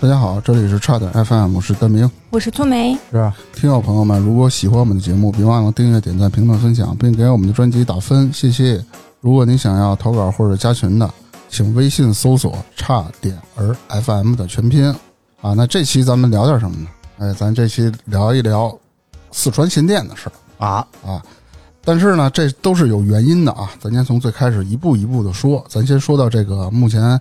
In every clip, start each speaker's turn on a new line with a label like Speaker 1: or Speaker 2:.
Speaker 1: 大家好，这里是差点 FM，我是丹明。
Speaker 2: 我是粗梅，
Speaker 3: 是啊吧？
Speaker 1: 听友朋友们，如果喜欢我们的节目，别忘了订阅、点赞、评论、分享，并给我们的专辑打分，谢谢。如果您想要投稿或者加群的，请微信搜索“差点儿 FM” 的全拼啊。那这期咱们聊点什么呢？哎，咱这期聊一聊四川限电的事儿。
Speaker 3: 啊，
Speaker 1: 但是呢，这都是有原因的啊。咱先从最开始一步一步的说，咱先说到这个目前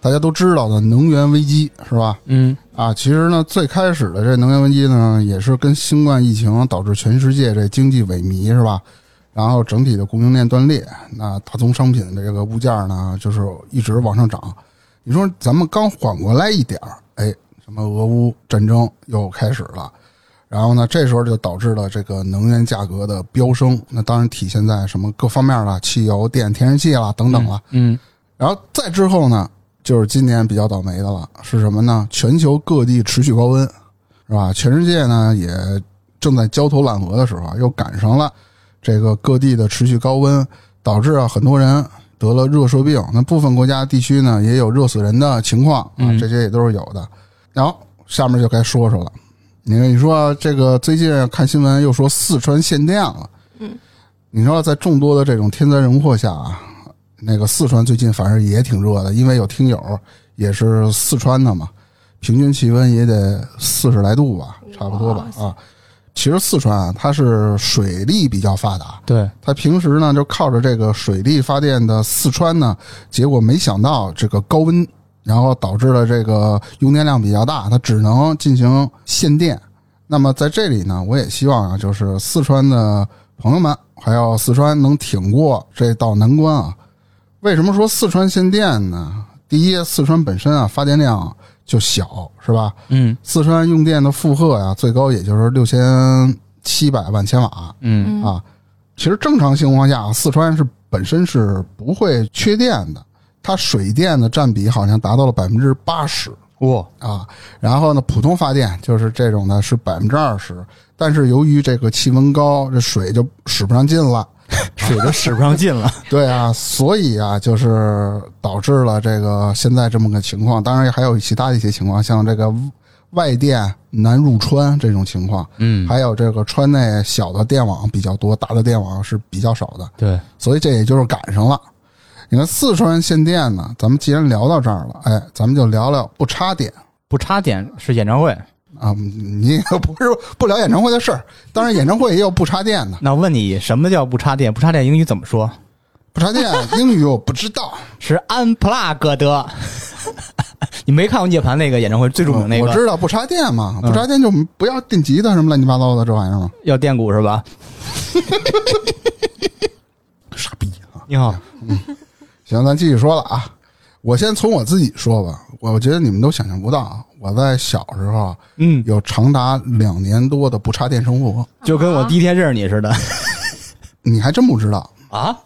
Speaker 1: 大家都知道的能源危机，是吧？
Speaker 3: 嗯
Speaker 1: 啊，其实呢，最开始的这能源危机呢，也是跟新冠疫情导致全世界这经济萎靡，是吧？然后整体的供应链断裂，那大宗商品的这个物价呢，就是一直往上涨。你说咱们刚缓过来一点儿，哎，什么俄乌战争又开始了，然后呢，这时候就导致了这个能源价格的飙升。那当然体现在什么各方面了，汽油、电、天然气啦等等了。
Speaker 3: 嗯，
Speaker 1: 然后再之后呢，就是今年比较倒霉的了，是什么呢？全球各地持续高温，是吧？全世界呢也正在焦头烂额的时候啊，又赶上了这个各地的持续高温，导致啊很多人得了热射病。那部分国家地区呢也有热死人的情况啊，
Speaker 3: 嗯
Speaker 1: 这些也都是有的。然后下面就该说说了，你看你说这个最近看新闻又说四川限电了，
Speaker 2: 嗯，
Speaker 1: 你说在众多的这种天灾人祸下啊，那个四川最近反正也挺热的，因为有听友也是四川的嘛，平均气温也得四十来度吧，差不多吧
Speaker 2: 哇塞
Speaker 1: 啊。其实四川啊，它是水利比较发达，
Speaker 3: 对，
Speaker 1: 它平时呢就靠着这个水力发电的四川呢，结果没想到这个高温，然后导致了这个用电量比较大，它只能进行限电。那么在这里呢，我也希望啊，就是四川的朋友们，还有四川能挺过这道难关啊。为什么说四川限电呢？第一，四川本身啊发电量就小，是吧？
Speaker 3: 嗯
Speaker 1: 四川用电的负荷呀、最高也就是六千七百万千瓦，
Speaker 3: 嗯
Speaker 2: 嗯
Speaker 1: 啊，其实正常情况下，四川是本身是不会缺电的，它水电的占比好像达到了百分之八十
Speaker 3: 哇，
Speaker 1: 啊。然后呢，普通发电就是这种呢是百分之二十，但是由于这个气温高，这水就使不上劲了。
Speaker 3: 水都使不上劲了。
Speaker 1: 对啊，所以啊，就是导致了这个现在这么个情况。当然，还有其他的一些情况，像这个外电难入川这种情况，
Speaker 3: 嗯，
Speaker 1: 还有这个川内小的电网比较多，大的电网是比较少的。
Speaker 3: 对，
Speaker 1: 所以这也就是赶上了。你看四川限电呢，咱们既然聊到这儿了，哎，咱们就聊聊不插电
Speaker 3: 不插点是演唱会。
Speaker 1: 啊。你也不是不聊演唱会的事儿，当然演唱会也有不插电的。
Speaker 3: 那我问你，什么叫不插电？不插电英语怎么说？
Speaker 1: 不插电英语我不知道，
Speaker 3: 是 unplugged。你没看过涅槃那个演唱会最著名那
Speaker 1: 嗯我
Speaker 3: 个
Speaker 1: 知道不插电嘛，
Speaker 3: 嗯
Speaker 1: 不插电就不要电吉他什么乱七八糟的这玩意儿嘛。
Speaker 3: 要电鼓是吧？
Speaker 1: 傻逼啊！
Speaker 3: 你好，
Speaker 1: 行，咱继续说了啊。我先从我自己说吧，我觉得你们都想象不到啊，我在小时候啊
Speaker 3: 嗯，
Speaker 1: 有长达两年多的不插电生活，
Speaker 3: 就跟我第一天认识你似的
Speaker 1: 你还真不知道。
Speaker 3: 啊。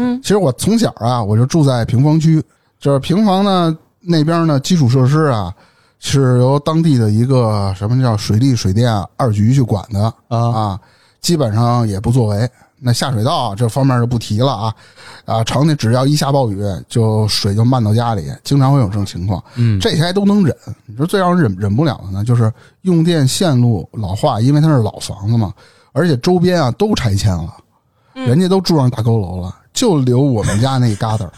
Speaker 2: 嗯，
Speaker 1: 其实我从小啊，我就住在平房区，就是平房呢那边呢基础设施啊是由当地的一个什么叫水利水电二局去管的
Speaker 3: 啊，
Speaker 1: 啊，基本上也不作为。那下水道这方面就不提了啊，啊，常年只要一下暴雨，就水就漫到家里，经常会有这种情况。
Speaker 3: 嗯，
Speaker 1: 这些还都能忍。你说最让人忍忍不了的呢，就是用电线路老化，因为它是老房子嘛，而且周边啊都拆迁了，
Speaker 2: 嗯
Speaker 1: 人家都住上大佝楼了，就留我们家那旮沓儿。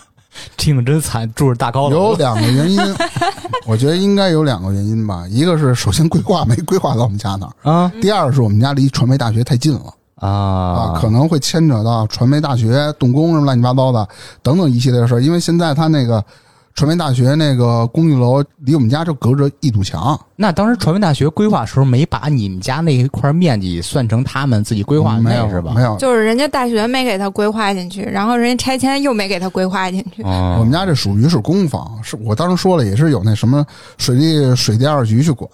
Speaker 3: 听着真惨，住着大高
Speaker 1: 有
Speaker 3: 楼。
Speaker 1: 两个原因，我觉得应该有两个原因吧。一个是首先规划没规划到我们家那儿，
Speaker 3: 啊
Speaker 1: 第二是我们家离传媒大学太近了啊，
Speaker 3: 啊
Speaker 1: 可能会牵扯到传媒大学动工什么乱七八糟的等等一系列的事儿。因为现在它那个传媒大学那个公寓楼离我们家就隔着一堵墙。
Speaker 3: 那当时传媒大学规划时候，没把你们家那一块面积算成他们自己规划的
Speaker 1: 没
Speaker 3: 那
Speaker 1: 有
Speaker 3: 是吧
Speaker 1: 没？有，
Speaker 2: 就是人家大学没给他规划进去，然后人家拆迁又没给他规划进去，
Speaker 1: 我
Speaker 3: 哦
Speaker 1: 们家这属于是公房，是我当时说了，也是有那什么水利水电二局去管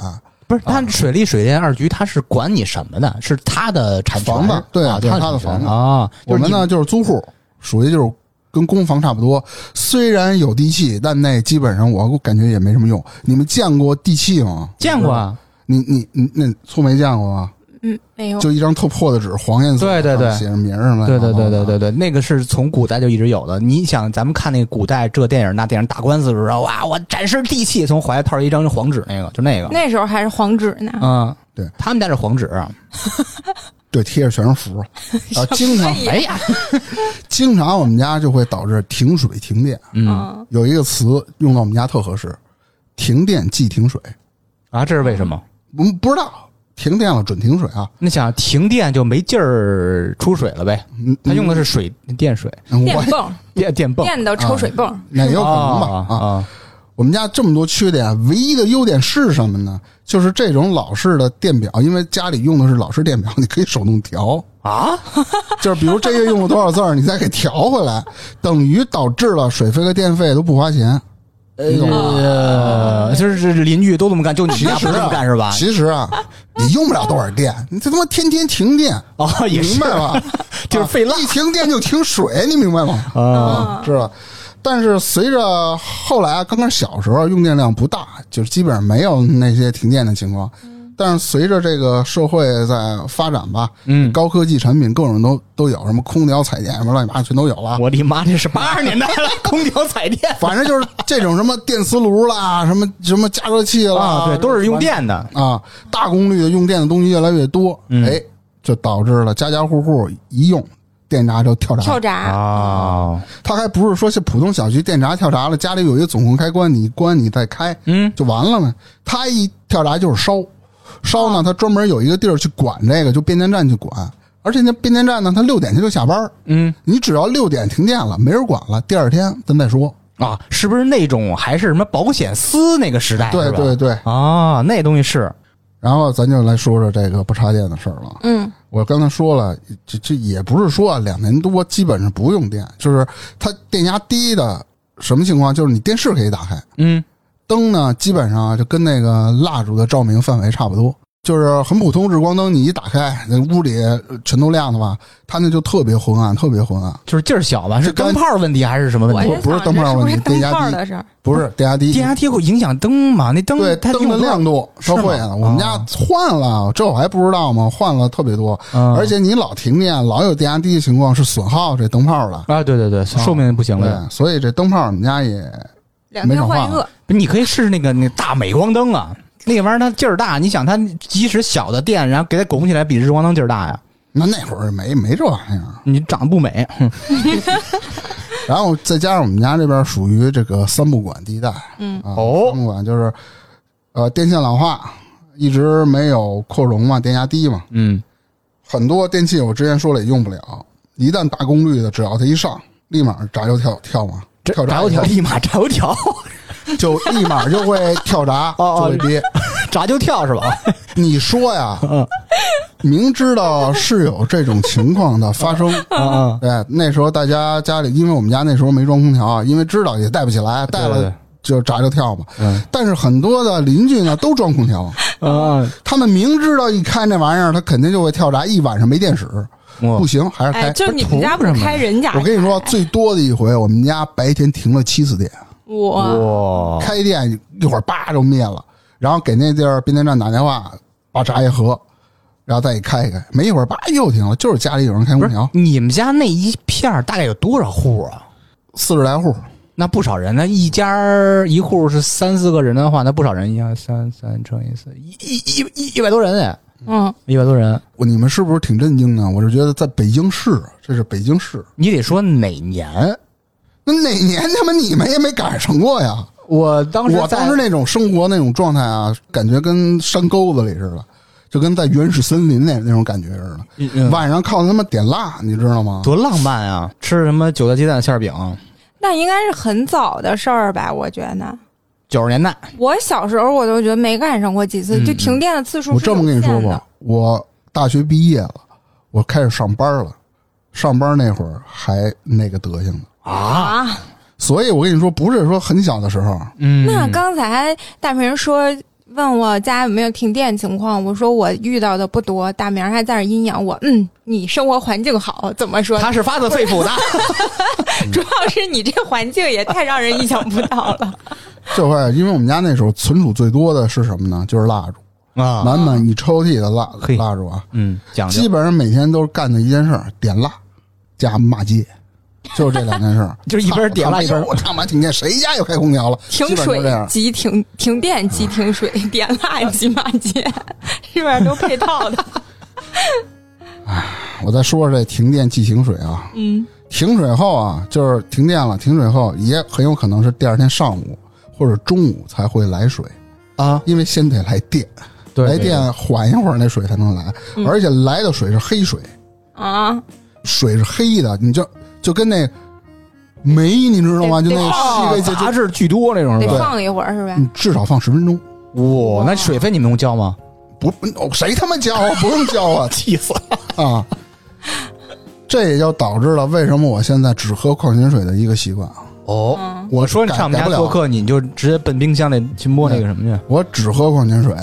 Speaker 3: 不是，他
Speaker 1: 啊
Speaker 3: 水利水电二局他是管你什么的？是他的产权
Speaker 1: 房子，对啊，
Speaker 3: 啊，
Speaker 1: 就是他的
Speaker 3: 的
Speaker 1: 房子。
Speaker 3: 啊。
Speaker 1: 我们呢就是租户，属于就是跟公房差不多，虽然有地契，但那基本上我感觉也没什么用。你们见过地契吗？
Speaker 3: 见过啊，
Speaker 1: 你你你那粗没见过吗？
Speaker 2: 嗯，没有，
Speaker 1: 就一张特破的纸，黄颜色，
Speaker 3: 对对
Speaker 1: 上
Speaker 3: 对
Speaker 1: 面写着名儿什么的，
Speaker 3: 对对对对
Speaker 1: 然后
Speaker 3: 对对，那个是从古代就一直有的。你想，咱们看那古代这电影那电影打官司的时候，哇，我展示地气，从怀里掏出一张黄纸，那个就那个，
Speaker 2: 那时候还是黄纸
Speaker 1: 啊
Speaker 2: 呢。
Speaker 3: 嗯，
Speaker 1: 对，
Speaker 3: 他们家是黄纸，啊
Speaker 1: 对贴着全是符，然后经常
Speaker 3: 哎呀，
Speaker 1: 经常我们家就会导致停水停电，
Speaker 3: 嗯
Speaker 2: 嗯，
Speaker 1: 有一个词用到我们家特合适，停电即停水，
Speaker 3: 啊，这是为什么？
Speaker 1: 我们不知道停电了准停水啊，
Speaker 3: 那想停电就没劲儿出水了呗？
Speaker 1: 嗯，
Speaker 3: 他用的是水电水
Speaker 1: 嗯
Speaker 2: 电
Speaker 1: 我啊
Speaker 2: 泵，
Speaker 3: 电电泵，
Speaker 2: 电的抽水泵，
Speaker 1: 那也有可能吧
Speaker 3: 啊
Speaker 1: 啊。我们家这么多缺点，啊唯一的优点是什么呢？就是这种老式的电表，因为家里用的是老式电表，你可以手动调，
Speaker 3: 啊！
Speaker 1: 就是比如这月用了多少字儿，你再给调回来，等于导致了水费和电费都不花钱。你懂吗？
Speaker 3: 呃，哎就是这邻居都这么干，就你们
Speaker 1: 其
Speaker 3: 家
Speaker 1: 实
Speaker 3: 不这么
Speaker 1: 啊，
Speaker 3: 干是吧？
Speaker 1: 其实啊，你用不了多少 电，你这他妈天天停电，
Speaker 3: 哦，也
Speaker 1: 明
Speaker 3: 是
Speaker 1: 白吧？ 啊
Speaker 3: 就是费浪
Speaker 1: 一停电就停水，你明白吗？
Speaker 3: 啊，
Speaker 1: 啊，是吧？但是随着后来啊，刚开始小时候用电量不大，就是基本上没有那些停电的情况。但是随着这个社会在发展吧，
Speaker 3: 嗯，
Speaker 1: 高科技产品各种都都有，什么空调、彩电什么乱七八糟全都有了。
Speaker 3: 我的妈，这是八十 年代了，空调彩电
Speaker 1: 反正就是这种什么电磁炉啦，什么什么加热器啦，
Speaker 3: 啊，对，都是用电的，
Speaker 1: 啊，大功率的用电的东西越来越多，
Speaker 3: 嗯
Speaker 1: 哎，就导致了家家户户一用电闸就跳闸。
Speaker 2: 跳闸，
Speaker 3: 啊，
Speaker 1: 它还不是说是普通小区电闸跳闸了，家里有一个总控开关，你一关你再开
Speaker 3: 嗯，
Speaker 1: 就完了嘛。它一跳闸就是烧，烧呢，它专门有一个地儿去管这个，就变电站去管。而且那变电站呢，它六点它就下班儿
Speaker 3: 嗯
Speaker 1: 你只要六点停电了，没人管了，第二天咱再说。
Speaker 3: 啊，是不是那种还是什么保险丝那个时代？
Speaker 1: 对
Speaker 3: 是吧
Speaker 1: 对对，
Speaker 3: 啊，那东西是
Speaker 1: 然后咱就来说说这个不插电的事儿 了。
Speaker 2: 嗯，
Speaker 1: 我刚才说了，这这也不是说啊两年多基本上不用电，就是它电压低的什么情况？就是你电视可以打开，
Speaker 3: 嗯
Speaker 1: 灯呢基本上啊就跟那个蜡烛的照明范围差不多，就是很普通日光灯，你一打开那屋里呃全都亮的吧，它那就特别昏暗，特别昏暗。
Speaker 3: 就是劲儿小吧？
Speaker 1: 这
Speaker 3: 是
Speaker 1: 刚
Speaker 3: 灯泡问题还是什么
Speaker 2: 我
Speaker 3: 问题
Speaker 2: 就？
Speaker 1: 不是
Speaker 2: 想
Speaker 1: 灯泡
Speaker 2: 这是
Speaker 1: 问
Speaker 2: 不
Speaker 1: 题
Speaker 2: 是
Speaker 1: 电
Speaker 2: 灯
Speaker 1: 压
Speaker 2: 泡
Speaker 1: 低
Speaker 2: 的事儿？
Speaker 1: 不是电压低，
Speaker 3: 电压低会影响灯嘛？那灯
Speaker 1: 对
Speaker 3: 它
Speaker 1: 灯的
Speaker 3: 用多
Speaker 1: 亮度
Speaker 3: 是吗
Speaker 1: 都会的。我们家
Speaker 3: 啊
Speaker 1: 换了，这我还不知道吗？换了特别多，
Speaker 3: 啊
Speaker 1: 而且你老停电，老有电压低的情况是损耗这灯泡了。
Speaker 3: 啊，对对对，寿命不行了。
Speaker 1: 对，所以这灯泡我们家也
Speaker 2: 两天换一
Speaker 1: 没少
Speaker 2: 个，
Speaker 3: 不你可以试试那个那大镁光灯啊，那玩意儿它劲儿大，你想它即使小的电，然后给它拱起来比日光灯劲儿大呀，
Speaker 1: 那那会儿没没这玩意 儿，
Speaker 3: 你长得不美。
Speaker 1: 然后再加上我们家这边属于这个三不管地带，
Speaker 2: 嗯
Speaker 1: 啊、
Speaker 3: 哦
Speaker 1: 三不管就是呃电线老化，一直没有扩容嘛，电压低嘛，
Speaker 3: 嗯
Speaker 1: 很多电器我之前说了也用不了，一旦大功率的，只要它一上，立马炸油跳跳嘛，
Speaker 3: 这
Speaker 1: 跳
Speaker 3: 炸
Speaker 1: 闸
Speaker 3: 油
Speaker 1: 以
Speaker 3: 条，
Speaker 1: 后
Speaker 3: 立马 炸油条，
Speaker 1: 就立马就会跳闸，
Speaker 3: 哦哦
Speaker 1: 就会憋。
Speaker 3: 炸就跳是吧？
Speaker 1: 你说呀，明知道是有这种情况的发生，
Speaker 3: 啊啊，
Speaker 1: 对，那时候大家家里，因为我们家那时候没装空调，啊因为知道也带不起来，带
Speaker 3: 对对
Speaker 1: 了就闸就跳嘛。
Speaker 3: 嗯
Speaker 1: 但是很多的邻居呢都装空 调，
Speaker 3: 啊，
Speaker 1: 他们明知道一开那玩意儿，他肯定就会跳闸，一晚上没电使，不
Speaker 3: 我
Speaker 1: 行还是开。
Speaker 2: 哎，就你
Speaker 3: 图
Speaker 2: 们家不
Speaker 3: 什么
Speaker 2: 开人家，
Speaker 1: 我跟你说，，最多的一回，我们家白天停了七次电，
Speaker 2: 我
Speaker 3: 哇，
Speaker 1: 开电一会儿叭就灭了，然后给那地儿变电站打电话，把闸一合，然后再一开一开，没一会儿叭又停了，就是家里有人开
Speaker 3: 不
Speaker 1: 空
Speaker 3: 是
Speaker 1: 调，
Speaker 3: 你们家那一片儿大概有多少户啊？
Speaker 1: 四十来户，
Speaker 3: 那不少人，那一家儿一户是三四个人的话，那不少人，一二三三乘以四，一一一一一百多人哎，
Speaker 2: 嗯，
Speaker 3: 一百多人。
Speaker 1: 我你们是不是挺震惊啊的？我是觉得在北京市，这是北京市，
Speaker 3: 你得说哪年？
Speaker 1: 那哪年他妈你们也没赶上过呀？
Speaker 3: 我当时
Speaker 1: 我
Speaker 3: 在
Speaker 1: 当时那种生活那种状态啊，感觉跟山沟子里似的，就跟在原始森林那那种感觉似的。
Speaker 3: 嗯
Speaker 1: 晚上靠他妈点蜡，你知道吗？
Speaker 3: 多浪漫啊！吃什么韭菜鸡蛋馅儿饼？
Speaker 2: 那应该是很早的事儿吧？我觉得，
Speaker 3: 九十年代
Speaker 2: 我小时候我都觉得没赶上过几次，
Speaker 3: 嗯
Speaker 2: 就停电的次数
Speaker 1: 我
Speaker 2: 是有
Speaker 1: 这么
Speaker 2: 限的。
Speaker 1: 跟你说吧，我大学毕业了，我开始上班了，上班那会儿还那个德行呢。
Speaker 3: 啊，
Speaker 2: 啊，
Speaker 1: 所以我跟你说，不是说很小的时候，
Speaker 3: 嗯，
Speaker 2: 那刚才大明说问我家有没有停电情况，我说我遇到的不多。大明还在那儿阴阳我，嗯，你生活环境好，怎么说？
Speaker 3: 他是发自肺 腑的，
Speaker 2: 主要是你这环境也太让 人意想不到了。
Speaker 1: 这块因为我们家那时候存储最多的是什么呢？就是蜡烛。
Speaker 3: 啊，
Speaker 1: 满满一抽屉的蜡
Speaker 3: 嘿
Speaker 1: 蜡烛啊，
Speaker 3: 嗯，讲
Speaker 1: 基
Speaker 3: 究，。
Speaker 1: 本上每天都是干的一件事儿：点蜡加骂街，就是这两件事儿
Speaker 3: 就是一边点蜡
Speaker 1: 操
Speaker 3: 一边
Speaker 1: 哎呦我他妈今天谁家又开空 调了？
Speaker 2: 停
Speaker 1: 基本
Speaker 2: 水
Speaker 1: 都这样。
Speaker 2: 即停停电即停水，点 蜡即骂街，是不是都配套的？
Speaker 1: 我再说说这停电即停水啊，
Speaker 2: 嗯，
Speaker 1: 停水后啊，就是停电了，停水后也很有可能是第二天上午或者中午才会来水，
Speaker 3: 啊，
Speaker 1: 因为先得来电，
Speaker 3: 对，
Speaker 1: 来电缓一会儿那水才能来，
Speaker 2: 嗯
Speaker 1: 而且来的水是黑水，
Speaker 2: 啊，
Speaker 1: 水是黑的，你就就跟那煤你知道吗？就
Speaker 2: 得
Speaker 1: 那
Speaker 3: 啊
Speaker 1: 个
Speaker 2: 这
Speaker 1: 膝盖就
Speaker 3: 杂质巨多那种是
Speaker 2: 得
Speaker 3: 吧？
Speaker 2: 放一会儿是吧？
Speaker 1: 你至少放十分钟。
Speaker 3: 哇，那水费你们用交吗？！
Speaker 1: 不，哦谁他妈教啊？不用教啊
Speaker 3: 气死了！
Speaker 1: 啊，这也就导致了为什么我现在只喝矿泉水的一个习惯。啊
Speaker 3: 哦，
Speaker 2: 嗯，
Speaker 1: 我
Speaker 3: 我说你
Speaker 1: 改
Speaker 3: 上我们
Speaker 1: 改
Speaker 3: 家
Speaker 1: 不了
Speaker 3: 做客，你就直接奔冰箱里去摸那个什么去，
Speaker 1: 我只喝矿泉水，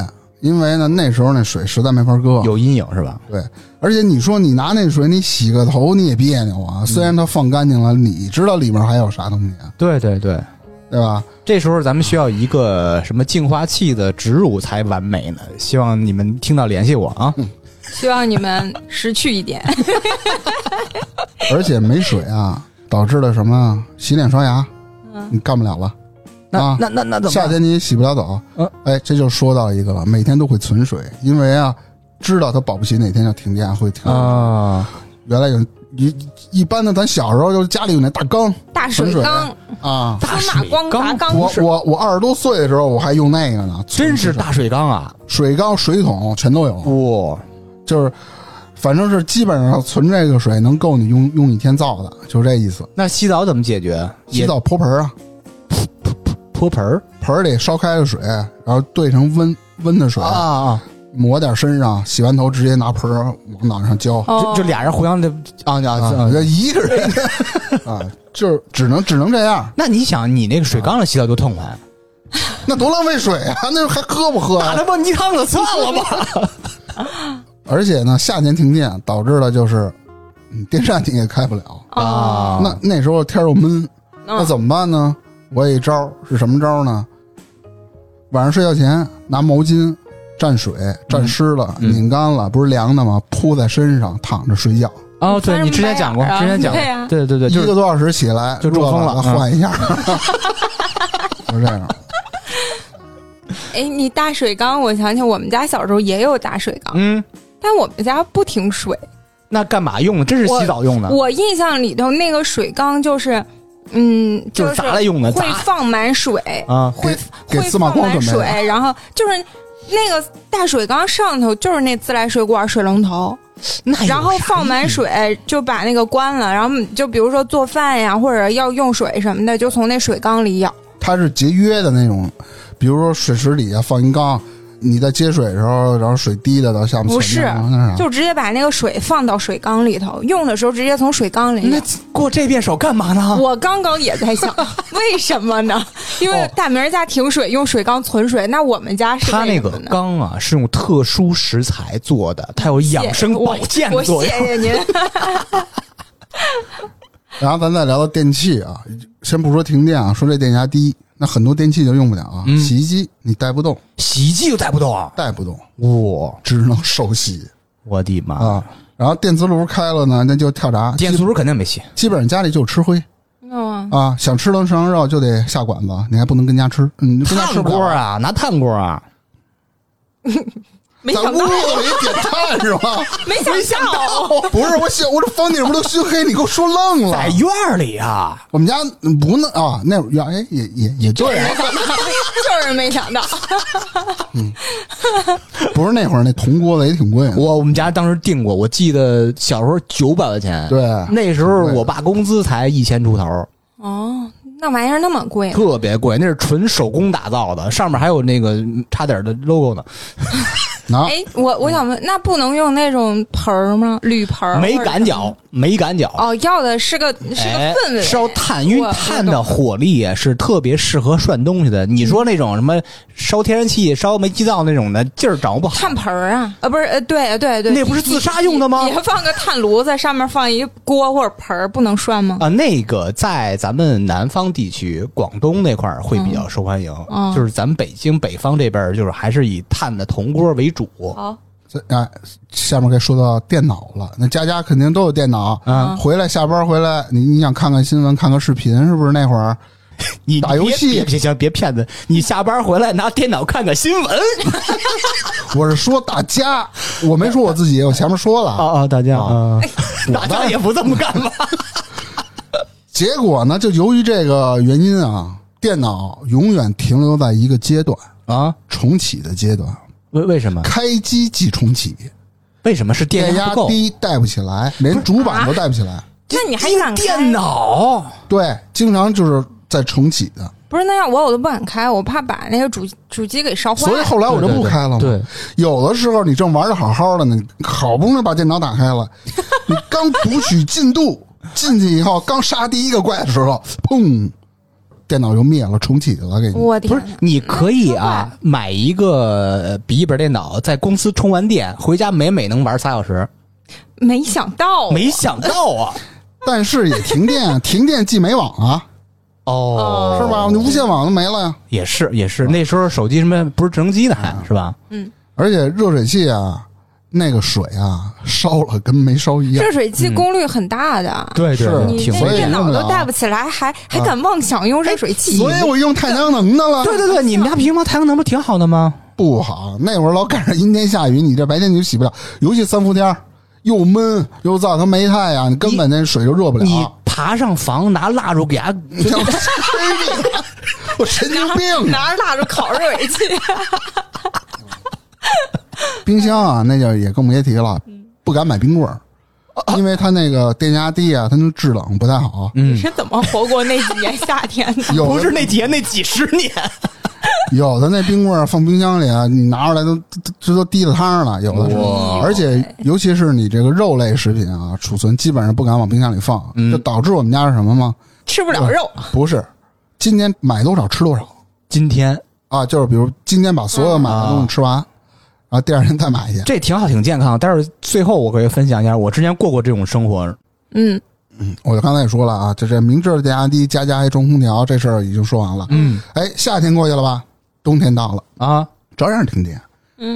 Speaker 1: 因为呢那时候那水实在没法喝。
Speaker 3: 有阴影是吧？
Speaker 1: 对，而且你说你拿那水你洗个头你也别扭
Speaker 3: 嗯
Speaker 1: 啊，虽然它放干净了，你知道里面还有啥东西，啊，
Speaker 3: 对对对，
Speaker 1: 对吧？
Speaker 3: 这时候咱们需要一个什么净化器的植入才完美呢？希望你们听到联系我啊！
Speaker 2: 希望你们识趣一点。
Speaker 1: 而且没水啊，导致了什么啊？洗脸刷牙
Speaker 2: 嗯，
Speaker 1: 你干不了了。
Speaker 3: 那、
Speaker 1: 啊
Speaker 3: 那那那怎么
Speaker 1: 夏
Speaker 3: 办？
Speaker 1: 天你洗不了澡，
Speaker 3: 嗯
Speaker 1: 哎，这就说到一个了，每天都会存水，因为啊，知道它保不齐哪天要停电会停。
Speaker 3: 啊，
Speaker 1: 原来有一一般的，咱小时候就家里有那大缸
Speaker 2: 大水缸，
Speaker 1: 啊，
Speaker 3: 嗯大
Speaker 2: 司马
Speaker 3: 水
Speaker 2: 光砸
Speaker 3: 缸，
Speaker 2: 缸
Speaker 1: 我
Speaker 2: 是
Speaker 1: 我我二十多岁的时候我还用那个呢，
Speaker 3: 真是大水缸啊！
Speaker 1: 水缸、水桶全都有，
Speaker 3: 哇，
Speaker 1: 就是反正是基本上存这个水能够你用用一天造的，就这意思。
Speaker 3: 那洗澡怎么解决？
Speaker 1: 洗澡泼盆儿啊，
Speaker 3: 也泼盆儿
Speaker 1: 盆儿里烧开了水，然后兑成温温的水，
Speaker 3: 啊啊！
Speaker 1: 抹点身上，洗完头直接拿盆儿往脑上浇。
Speaker 3: 就
Speaker 2: 哦
Speaker 3: 就，俩人互相的啊啊
Speaker 1: 啊，
Speaker 3: 啊！
Speaker 1: 这一个人 啊，就是只能只能这样，
Speaker 3: 那你想，你那个水缸里洗澡多痛快，
Speaker 1: 那多浪费水啊！那还喝不喝
Speaker 3: 打
Speaker 1: 啊？
Speaker 3: 他妈泥汤子算了吧！
Speaker 1: 而且呢，夏天停电导致了就是，嗯，电扇 你也开不了。
Speaker 3: 啊
Speaker 2: 哦，
Speaker 1: 那那时候天又闷，那
Speaker 2: 嗯
Speaker 1: 怎么办呢？我有一招是什么招呢？晚上睡觉前拿毛巾蘸水蘸湿了、
Speaker 3: 嗯
Speaker 1: 拧干了，不是凉的吗？铺在身上躺着睡觉，
Speaker 3: 哦，对
Speaker 2: 翻
Speaker 3: 你
Speaker 2: 身
Speaker 3: 之前
Speaker 2: 掰
Speaker 3: 讲过，
Speaker 2: 眼儿啊
Speaker 3: 之前讲
Speaker 2: 对
Speaker 3: 过，
Speaker 2: 啊
Speaker 3: 对对对，就
Speaker 1: 一个
Speaker 3: 是
Speaker 1: 多小时起来
Speaker 3: 就中风
Speaker 1: 热
Speaker 3: 了嗯
Speaker 1: 换一 下， 就这样。
Speaker 2: 哎，你大水缸，我想起我们家小时候也有大水缸，
Speaker 3: 嗯，
Speaker 2: 但我们家不停水。
Speaker 3: 那干嘛用的？这是洗澡用的，
Speaker 2: 我印象里头那个水缸就是，嗯，
Speaker 3: 就是是砸了用的，
Speaker 2: 会
Speaker 3: 砸
Speaker 2: 放满水，
Speaker 3: 啊！
Speaker 2: 会
Speaker 1: 给
Speaker 2: 会
Speaker 1: 司马
Speaker 2: 放
Speaker 1: 光
Speaker 2: 满
Speaker 1: 准备
Speaker 2: 水
Speaker 1: 的，
Speaker 2: 然后就是那个大水缸上头就是那自来水管水龙头，
Speaker 3: 那有
Speaker 2: 然后
Speaker 3: 啥
Speaker 2: 放满
Speaker 3: 意义
Speaker 2: 水就把那个关了，然后你就比如说做饭呀或者要用水什么的，就从那水缸里舀。
Speaker 1: 它是节约的那种，比如说水池底下放一缸，你在接水的时候，然后水滴的到下面
Speaker 2: 不
Speaker 1: 存着
Speaker 2: 是
Speaker 1: 那
Speaker 3: 嗯
Speaker 1: 啥，
Speaker 2: 就直接把那个水放到水缸里头，用的时候直接从水缸里
Speaker 3: 那
Speaker 2: 舀。
Speaker 3: 过这遍手干嘛 呢？
Speaker 2: 我刚刚也在 想，为什么呢？因为
Speaker 3: 哦
Speaker 2: 大明儿家停水用水缸存水，那我们家是
Speaker 3: 它
Speaker 2: 为
Speaker 3: 那
Speaker 2: 什
Speaker 3: 个
Speaker 2: 么呢
Speaker 3: 缸啊是用特殊食材做的，它有养生保健
Speaker 2: 我
Speaker 3: 作
Speaker 2: 谢
Speaker 3: 用。
Speaker 2: 谢您。
Speaker 1: 然后咱再聊聊电器啊，先不说停电啊，说这电压低，那很多电器就用不了啊。
Speaker 3: 嗯
Speaker 1: 洗衣机你带不动，
Speaker 3: 洗衣机就带不动啊！
Speaker 1: 带不动，
Speaker 3: 哇，
Speaker 1: 只能手洗
Speaker 3: 我的妈！
Speaker 1: 啊。然后电磁炉开了呢，那就跳闸，
Speaker 3: 电
Speaker 1: 基
Speaker 3: 磁炉肯定没洗，
Speaker 1: 基本上家里就吃灰
Speaker 2: 嗯，
Speaker 1: 啊，想吃能涮羊肉就得下馆子，你还不能跟家吃，嗯，跟家吃
Speaker 3: 炭
Speaker 1: 不了
Speaker 3: 锅，啊，拿炭锅啊，
Speaker 2: 没
Speaker 1: 在
Speaker 2: 想
Speaker 1: 屋子
Speaker 2: 到，
Speaker 1: 里点炭是 吧？
Speaker 2: 没想到，
Speaker 1: 不是，我想我这房顶不都熏黑，你给我说愣了。
Speaker 3: 在院儿里啊，
Speaker 1: 我们家不那啊，那会儿原哎也也也对啊，
Speaker 2: 就是没想到。
Speaker 1: 不是那会儿那铜锅子也挺贵的，
Speaker 3: 啊我我们家当时订过，我记得小时候九百块钱，
Speaker 1: 对
Speaker 3: 那时候我爸工资才一千出头，
Speaker 2: 哦，那玩意儿那么贵啊，
Speaker 3: 特别贵，那是纯手工打造的，上面还有那个嗯差点的 logo 呢。
Speaker 1: 拿
Speaker 2: 哎，我我想问，那不能用那种盆儿吗？铝盆儿
Speaker 3: 嗯没
Speaker 2: 或者
Speaker 3: 赶脚，没赶脚。
Speaker 2: 哦，要的是个是个
Speaker 3: 哎
Speaker 2: 氛围，
Speaker 3: 是要碳，因
Speaker 2: 我
Speaker 3: 为
Speaker 2: 我
Speaker 3: 碳
Speaker 2: 懂
Speaker 3: 的火力也是特别适合涮东西的。你说那种什么烧天然气、烧煤气灶那种的，劲儿着不好。
Speaker 2: 炭盆儿啊，呃，不是，呃，对对对，
Speaker 3: 那不是自杀用的吗
Speaker 2: 也放个炭炉子，上面放一锅或者盆儿，不能涮吗？
Speaker 3: 啊，那个在咱们南方地区，广东那块儿会比较受欢迎，
Speaker 2: 嗯
Speaker 3: 就是咱们北京北方这边儿，就是还是以碳的铜锅为主。
Speaker 2: 好，
Speaker 1: 这哎，下面该说到电脑了。那家家肯定都有电脑，
Speaker 3: 嗯
Speaker 1: 回来下班回来，你你想看看新闻，看看视频，是不是那会儿？
Speaker 3: 你
Speaker 1: 打游戏
Speaker 3: 别别行，别骗子！你下班回来拿电脑看看新闻。
Speaker 1: 我是说大家，我没说我自己，我前面说了。
Speaker 3: 哦哦，大家
Speaker 1: 啊
Speaker 3: 啊，
Speaker 2: 哎
Speaker 3: 大家也不这么干吧？
Speaker 1: 结果呢，就由于这个原因啊，电脑永远停留在一个阶段，
Speaker 3: 啊，
Speaker 1: 重启的阶段，
Speaker 3: 为为什么？
Speaker 1: 开机即重启，
Speaker 3: 为什么是电
Speaker 1: 电
Speaker 3: 压
Speaker 1: 压
Speaker 3: 不够？啊
Speaker 1: 低带不起来，连主板都带不起来。
Speaker 2: 那你还敢开啊
Speaker 3: 电脑？
Speaker 1: 对，经常就是在重启的。
Speaker 2: 不是那样，我我都不敢开，我怕把那个主主机给烧坏。
Speaker 1: 嗯所以后来我就不开了嘛。
Speaker 3: 对对对
Speaker 1: 有的时候你正玩的好好的呢，你好不容易把电脑打开了，你刚读取进度进去以后，刚杀第一个怪的时候，砰，电脑就灭了，重启了，给你。
Speaker 2: 我天
Speaker 3: 不是
Speaker 2: 哪，，
Speaker 3: 你可以啊，买一个呃笔记本电脑，在公司充完电，回家每每能玩仨小时。
Speaker 2: 没想到，
Speaker 3: 没想到啊！
Speaker 1: 但是也停电，停电即没网啊，
Speaker 3: 哦
Speaker 1: 是吧？你无线网都没了呀。
Speaker 3: 也是也是，那时候手机什么不是智能机呢，还是吧？
Speaker 1: 而且热水器啊，那个水啊，烧了跟没烧一样
Speaker 2: 热。水器功率很大的，
Speaker 1: 嗯
Speaker 3: 对
Speaker 1: 对对
Speaker 2: 你
Speaker 1: 挺
Speaker 2: 那
Speaker 1: 危
Speaker 2: 个
Speaker 1: 险
Speaker 2: 电脑
Speaker 1: 的
Speaker 2: 都
Speaker 1: 啊哎
Speaker 2: 带不起来，还还敢妄想用热水器？
Speaker 1: 所以我用太阳能的了，
Speaker 3: 对对对，你们家平房太阳能不挺好的吗？
Speaker 1: 不好。那会儿老赶上阴天下雨，你这白天你就洗不了，尤其三伏天儿又闷又燥，它没太阳，你根本那水就热不了。
Speaker 3: 你爬上房拿蜡烛给它，
Speaker 1: 你像我神经病，我神经病。啊
Speaker 2: 拿着蜡烛烤热水器，
Speaker 1: 冰箱啊，那就也更别提了，不敢买冰棍儿，因为它那个电压低啊，它那制冷不太好。
Speaker 2: 你是怎么活过那几年夏天 的？
Speaker 1: 有的
Speaker 3: 不是那几年那几十年，
Speaker 1: 有的那冰棍儿放冰箱里啊，你拿出来都都这都滴了汤儿了，有的是
Speaker 3: 哇。
Speaker 1: 而且尤其是你这个肉类食品啊，储存基本上不敢往冰箱里放，就导致我们家是什么吗？
Speaker 2: 吃不了肉，
Speaker 1: 不是，今天买多少吃多少
Speaker 3: 今天
Speaker 1: 啊，就是比如今天把所有买的东西吃完，然后第二天再买去。
Speaker 3: 这挺好，挺健康。但是最后我可以分享一下，我之前过过这种生活。
Speaker 2: 嗯，
Speaker 1: 我刚才也说了啊，就这明知道电压低，家家还装空调，这事儿已经说完了。
Speaker 3: 嗯
Speaker 1: 哎，夏天过去了吧？冬天到了，
Speaker 3: 啊，
Speaker 1: 照样停电。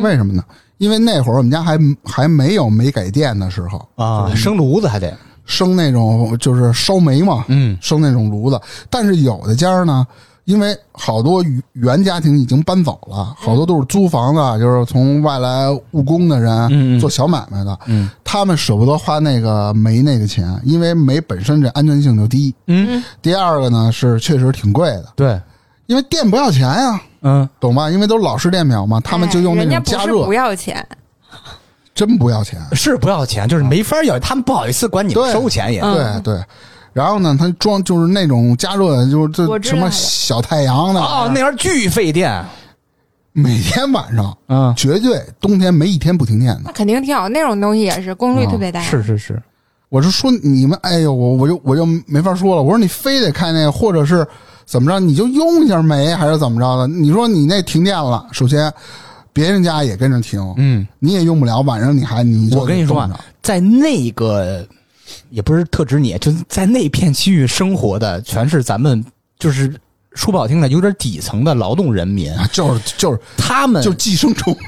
Speaker 1: 为什么呢？因为那会儿我们家还还没有煤改电的时候
Speaker 3: 啊，生炉子还得，
Speaker 1: 生那种就是烧煤嘛，
Speaker 3: 嗯，
Speaker 1: 生那种炉子。但是有的家呢，因为好多原家庭已经搬走了，好多都是租房子，啊就是从外来务工的人，
Speaker 3: 嗯嗯
Speaker 1: 做小买卖的，
Speaker 3: 嗯，
Speaker 1: 他们舍不得花那个煤那个钱，因为煤本身这安全性就低。
Speaker 3: 嗯，
Speaker 1: 第二个呢是确实挺贵的，
Speaker 3: 对，
Speaker 1: 因为电不要钱呀、
Speaker 3: 嗯，
Speaker 1: 懂吧？因为都是老式电表嘛，他们就用那
Speaker 2: 哎人家
Speaker 1: 种
Speaker 2: 不
Speaker 1: 加
Speaker 2: 是
Speaker 1: 热，
Speaker 2: 不要钱，
Speaker 1: 真不要钱。
Speaker 3: 是不要钱，就是没法要，他们不好意思管你
Speaker 1: 对
Speaker 3: 收钱也。
Speaker 2: 嗯
Speaker 1: 对对，然后呢，它装就是那种加热的，就是
Speaker 2: 我
Speaker 1: 这
Speaker 2: 知
Speaker 1: 什么
Speaker 2: 道
Speaker 1: 小太阳的，
Speaker 3: 哦，那玩意儿巨费电。
Speaker 1: 每天晚上
Speaker 3: 嗯，
Speaker 1: 绝对冬天没一天不停电的。
Speaker 2: 那肯定挺好。那种东西也是功率特别
Speaker 1: 嗯
Speaker 2: 大，
Speaker 3: 是是是，
Speaker 1: 我是说你们，哎呦，我我就我就没法说了。我说你非得开那个，或者是怎么着，你就用一下煤还是怎么着的？你说你那停电了，首先别人家也跟着停，
Speaker 3: 嗯，
Speaker 1: 你也用不了，晚上你还你就
Speaker 3: 我跟你说
Speaker 1: 冻
Speaker 3: 啊
Speaker 1: 着，
Speaker 3: 在那个也不是特指你，就是在那片区域生活的，全是咱们就是说不好听的，有点底层的劳动人民。
Speaker 1: 啊就是就是
Speaker 3: 他们
Speaker 1: 就寄生虫，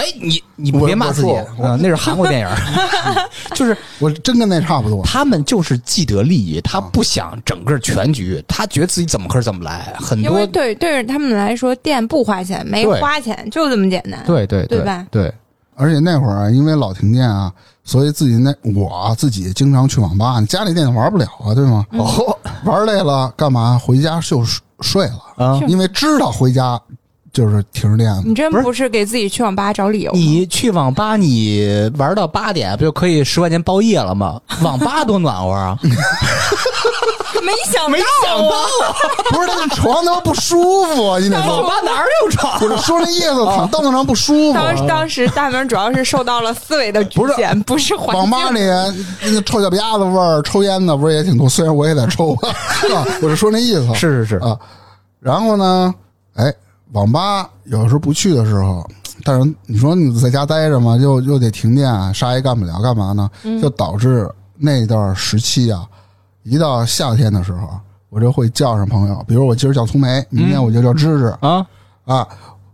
Speaker 3: 哎，你你
Speaker 1: 我
Speaker 3: 别骂自己，
Speaker 1: 我说我
Speaker 3: 嗯，那是韩国电影儿， 就是
Speaker 1: 我真跟那差不多。
Speaker 3: 他们就是既得利益，他不想整个全局，他觉得自己怎么喝怎么来，很
Speaker 2: 因
Speaker 3: 多
Speaker 2: 为对对于他们来说，电不花钱，没
Speaker 3: 对
Speaker 2: 花钱，就这么简单。
Speaker 3: 对对
Speaker 2: 对吧
Speaker 3: 对，
Speaker 1: 而且那会儿啊，因为老停电啊，所以自己那我啊自己经常去网吧，你家里电脑玩不了啊，对
Speaker 2: 嗯
Speaker 1: 吗？哦，玩累了干嘛？回家就睡睡了，
Speaker 3: 啊
Speaker 1: 因为知道回家就是停着电嘛。
Speaker 2: 你真
Speaker 3: 不是
Speaker 2: 不是给自己去网吧找理由吗？
Speaker 3: 你去网吧，你玩到八点，不就可以十块钱包夜了吗？网吧多暖和啊！
Speaker 2: 没想
Speaker 3: 没想
Speaker 2: 到
Speaker 3: 到
Speaker 2: 啊，
Speaker 3: 啊，
Speaker 1: 不是，那个床他妈不舒服啊，你得
Speaker 3: 网
Speaker 1: 说，
Speaker 3: 吧哪儿有床？啊
Speaker 1: 我是说那意思，躺凳子上不舒服。
Speaker 2: 啊
Speaker 1: 啊
Speaker 2: 当当时大明主要是受到了思维的局
Speaker 1: 不是
Speaker 2: 限，不是环
Speaker 1: 网
Speaker 2: 境
Speaker 1: 吧里那个臭脚丫子味儿，抽烟的不是也挺多？虽然我也在抽，啊我是说那意思。
Speaker 3: 是是是，
Speaker 1: 啊。然后呢，哎，网吧有时候不去的时候，但是你说你在家待着嘛，又又得停电，啥也干不了，干嘛呢？就导致那段时期啊，一到夏天的时候，我就会叫上朋友，比如我今儿叫聪梅，明天我就叫芝芝、
Speaker 3: 啊，
Speaker 1: 啊，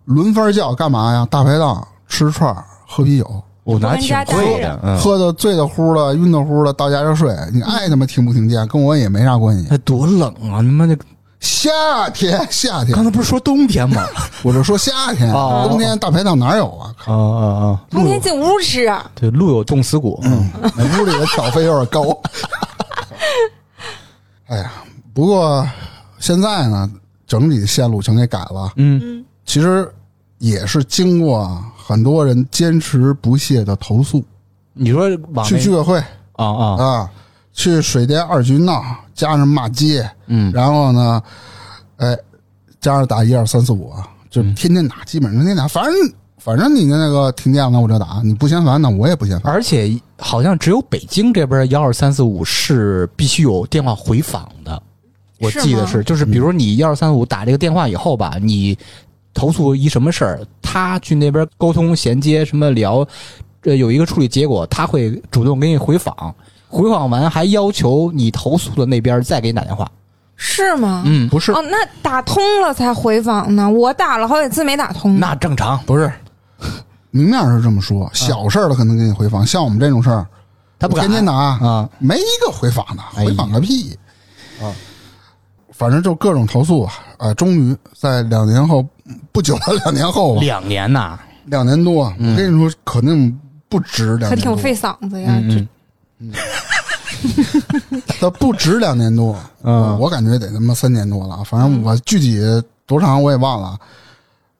Speaker 1: 轮番叫干嘛呀？大排档吃串儿喝啤酒。
Speaker 3: 我那
Speaker 2: 跟
Speaker 3: 挺
Speaker 2: 家待
Speaker 3: 贵
Speaker 2: 着
Speaker 3: 的，嗯，
Speaker 1: 喝的醉的呼的，晕的呼的，到家就睡。你爱他妈停不停电，跟我也没啥关系。
Speaker 3: 那多冷啊！你妈的，
Speaker 1: 夏天，夏天
Speaker 3: 刚，才不是说冬天吗？
Speaker 1: 我是说夏天，
Speaker 3: 哦
Speaker 1: 冬天大排档哪有啊？
Speaker 3: 啊啊啊！
Speaker 2: 冬天进屋吃啊。
Speaker 3: 对，路有冻死骨，嗯，
Speaker 1: 每屋里的挑费有点高。 哎呀，不过现在呢，整体线路全给改了。
Speaker 3: 嗯，
Speaker 1: 其实也是经过很多人坚持不懈的投诉，
Speaker 3: 你说网
Speaker 1: 去居
Speaker 3: 那
Speaker 1: 委会
Speaker 3: 啊啊，
Speaker 1: 啊，去水电二局闹，加上骂街，
Speaker 3: 嗯，
Speaker 1: 然后呢，哎，加上打一二三四五啊，就
Speaker 3: 嗯
Speaker 1: 天天打，基本上天天打，反正反正你的那个停电了我就打，你不嫌烦呢，我也不嫌烦。
Speaker 3: 而且好像只有北京这边幺二三四五是必须有电话回访的，我
Speaker 2: 是
Speaker 3: 记得
Speaker 2: 吗
Speaker 3: 是，就是比如你幺二三五打这个电话以后吧，你投诉一什么事儿，他去那边沟通衔接什么聊，呃，有一个处理结果，他会主动给你回访，回访完还要求你投诉的那边再给你打电话，
Speaker 2: 是吗？
Speaker 3: 嗯，
Speaker 1: 不是
Speaker 2: 哦，那打通了才回访呢，我打了好几次没打通。
Speaker 3: 那正常，
Speaker 1: 不是，明面上是这么说，小事儿的可能给你回访，像我们这种事儿，
Speaker 3: 他啊不
Speaker 1: 我
Speaker 3: 敢
Speaker 1: 天天打，
Speaker 3: 啊，
Speaker 1: 没一个回访的，
Speaker 3: 哎
Speaker 1: 回访个屁、啊！反正就各种投诉啊，啊，终于在两年后不久了，两年后吧，
Speaker 3: 两嗯年呐，
Speaker 1: 两年多，我跟你说，肯定不止两
Speaker 2: 可
Speaker 1: 年
Speaker 2: 挺
Speaker 1: 多，
Speaker 2: 费嗓子呀，
Speaker 3: 嗯
Speaker 1: 它不止两年多，
Speaker 3: 嗯
Speaker 1: 我感觉得他妈三年多了，反正我具体多长我也忘了。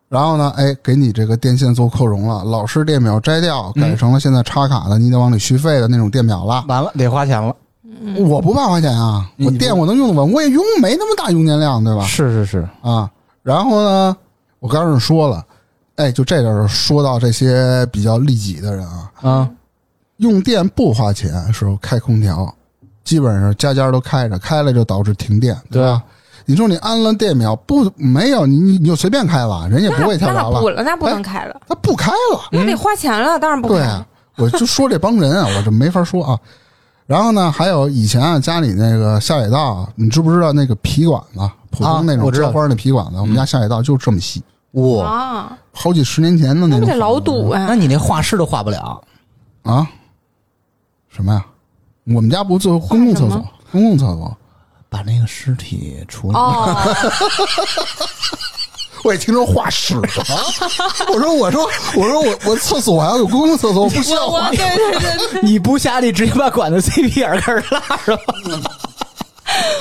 Speaker 1: 然后呢，哎，给你这个电线做扩容了，老式电表摘掉，改成了现在插卡的，你得往里续费的那种电表了。
Speaker 3: 完了得花钱了，
Speaker 1: 我不怕花钱啊，
Speaker 3: 嗯
Speaker 1: 我电我能用得稳，我也用没那么大用电量，对吧？
Speaker 3: 是是是，
Speaker 1: 啊，然后呢，我刚才说了，哎，就这点儿说到这些比较利己的人啊，
Speaker 3: 啊，
Speaker 1: 用电不花钱的时候开空调，基本上家家都开着，开了就导致停电，
Speaker 3: 对
Speaker 1: 吧
Speaker 3: 啊？
Speaker 1: 你说你安了电表不没有你你你就随便开了，人也
Speaker 2: 那
Speaker 1: 不会跳
Speaker 2: 那
Speaker 1: 闸
Speaker 2: 不
Speaker 1: 了，
Speaker 2: 了，那不能开了，
Speaker 1: 他不开了。
Speaker 2: 那得花钱了，当然
Speaker 1: 哎嗯
Speaker 2: 不
Speaker 1: 对
Speaker 2: 开
Speaker 1: 啊
Speaker 2: 了。，
Speaker 1: 我就说这帮人啊，我这没法说啊。然后呢，还有以前啊，家里那个下水道，你知不知道那个皮管子，普通那
Speaker 3: 啊我
Speaker 1: 种
Speaker 3: 知道嗯
Speaker 1: 浇花那皮管子，我们家下水道就这么细，
Speaker 3: 哇，
Speaker 2: 啊，
Speaker 1: 好几十年前的
Speaker 2: 那
Speaker 1: 那
Speaker 2: 不
Speaker 1: 种
Speaker 2: 得老堵
Speaker 3: 那
Speaker 2: 啊？
Speaker 3: 你那画室都画不了。
Speaker 1: 啊？什么呀？我们家不做公共厕
Speaker 2: 画什
Speaker 1: 所
Speaker 2: 么，
Speaker 1: 公共厕所，
Speaker 3: 把那个尸体处 理。
Speaker 2: 哦，
Speaker 1: 我也听说画室 了。我说，我说，我说我我厕所还有公共厕所，我不需要
Speaker 2: 我
Speaker 1: 画
Speaker 2: 我。对对 对
Speaker 3: 你不下地直接把管子 CP 眼开始拉上。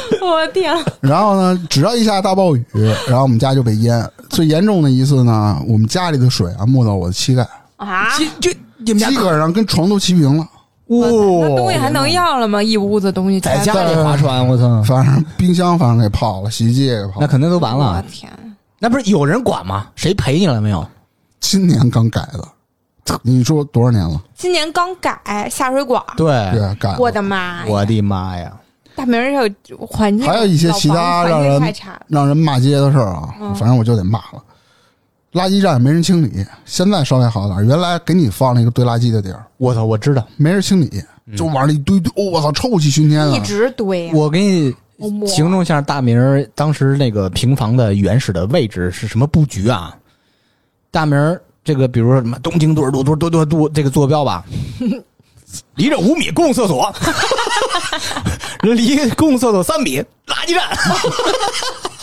Speaker 2: 对，我天，
Speaker 1: 然后呢，只要一下大暴雨，然后我们家就被淹。最严重的一次呢，我们家里的水啊没到我的膝盖，
Speaker 2: 啊，
Speaker 3: 这你
Speaker 1: 基本上跟床都齐平了。
Speaker 3: 哦
Speaker 2: 那东西还能要了吗？一屋子东西
Speaker 3: 在
Speaker 2: 全
Speaker 3: 家
Speaker 2: 都
Speaker 3: 里划船，我操！
Speaker 1: 反正冰箱反正给泡了，洗衣机也给泡
Speaker 3: 嗯那
Speaker 1: 了。
Speaker 3: 肯定都完
Speaker 2: 我
Speaker 3: 了。
Speaker 2: 天，
Speaker 3: 那不是有人管吗？谁陪你了没有？
Speaker 1: 今年刚改的，你说多少年了？
Speaker 2: 今年刚改下水管，
Speaker 1: 对啊
Speaker 3: 对，，
Speaker 1: 改了
Speaker 2: 哎我的妈呀！
Speaker 3: 我的妈呀！
Speaker 2: 大明儿有环境，
Speaker 1: 还有一些其他
Speaker 2: 老
Speaker 1: 让
Speaker 2: 房
Speaker 1: 人
Speaker 2: 环境太差了。
Speaker 1: 让人骂街的事儿啊，
Speaker 2: 嗯
Speaker 1: 反正我就得骂了。垃圾站没人清理，现在稍微好点儿。原来给你放了一个堆垃圾的地儿，
Speaker 3: 我操，我知道。
Speaker 1: 没人清理，就往那一堆堆，哦我操，臭气熏天
Speaker 2: 嗯一
Speaker 1: 啊！
Speaker 2: 直堆，
Speaker 3: 我给你
Speaker 2: 我
Speaker 3: 形容一下大明儿当时那个平房的原始的位置是什么布局啊？大明儿这个，比如说什么东京多少度多多多度这个坐 标吧，离这五米公共厕所，离公共厕所三米垃圾站。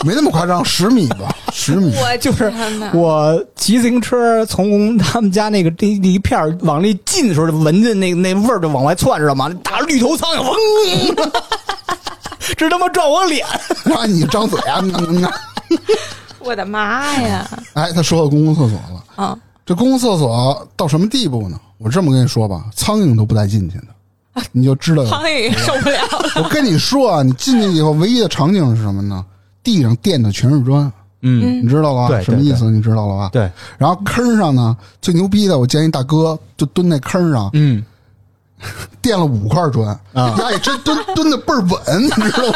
Speaker 1: 没那么夸张，十米吧，十米。
Speaker 2: 我
Speaker 3: 就是
Speaker 2: 天哪
Speaker 3: 我骑自行车从他们家那个这一片儿往里进的时候，闻着那那味儿就往外窜，知道吗？那大绿头苍蝇， 嗡，这他妈撞我脸！
Speaker 1: 让你张嘴啊！嗯嗯嗯
Speaker 2: 我的妈呀！
Speaker 1: 哎，他说到公共厕所了，
Speaker 2: 啊
Speaker 1: 这公共厕所到什么地步呢？我这么跟你说吧，苍蝇都不带进去的，你就知道了。
Speaker 2: 啊苍蝇受不了，
Speaker 1: 我跟你说啊，你进去以后唯一的场景是什么呢？地上垫的全是砖，
Speaker 3: 嗯，
Speaker 1: 你知道了吧？
Speaker 3: 对对
Speaker 1: 什么意思？你知道了吧？
Speaker 3: 对，
Speaker 1: 然后坑上呢，最牛逼的，我见一大哥就蹲那坑上
Speaker 3: 嗯，
Speaker 1: 垫了五块砖
Speaker 3: 啊
Speaker 1: 那也真蹲蹲的倍儿稳，你知道吗？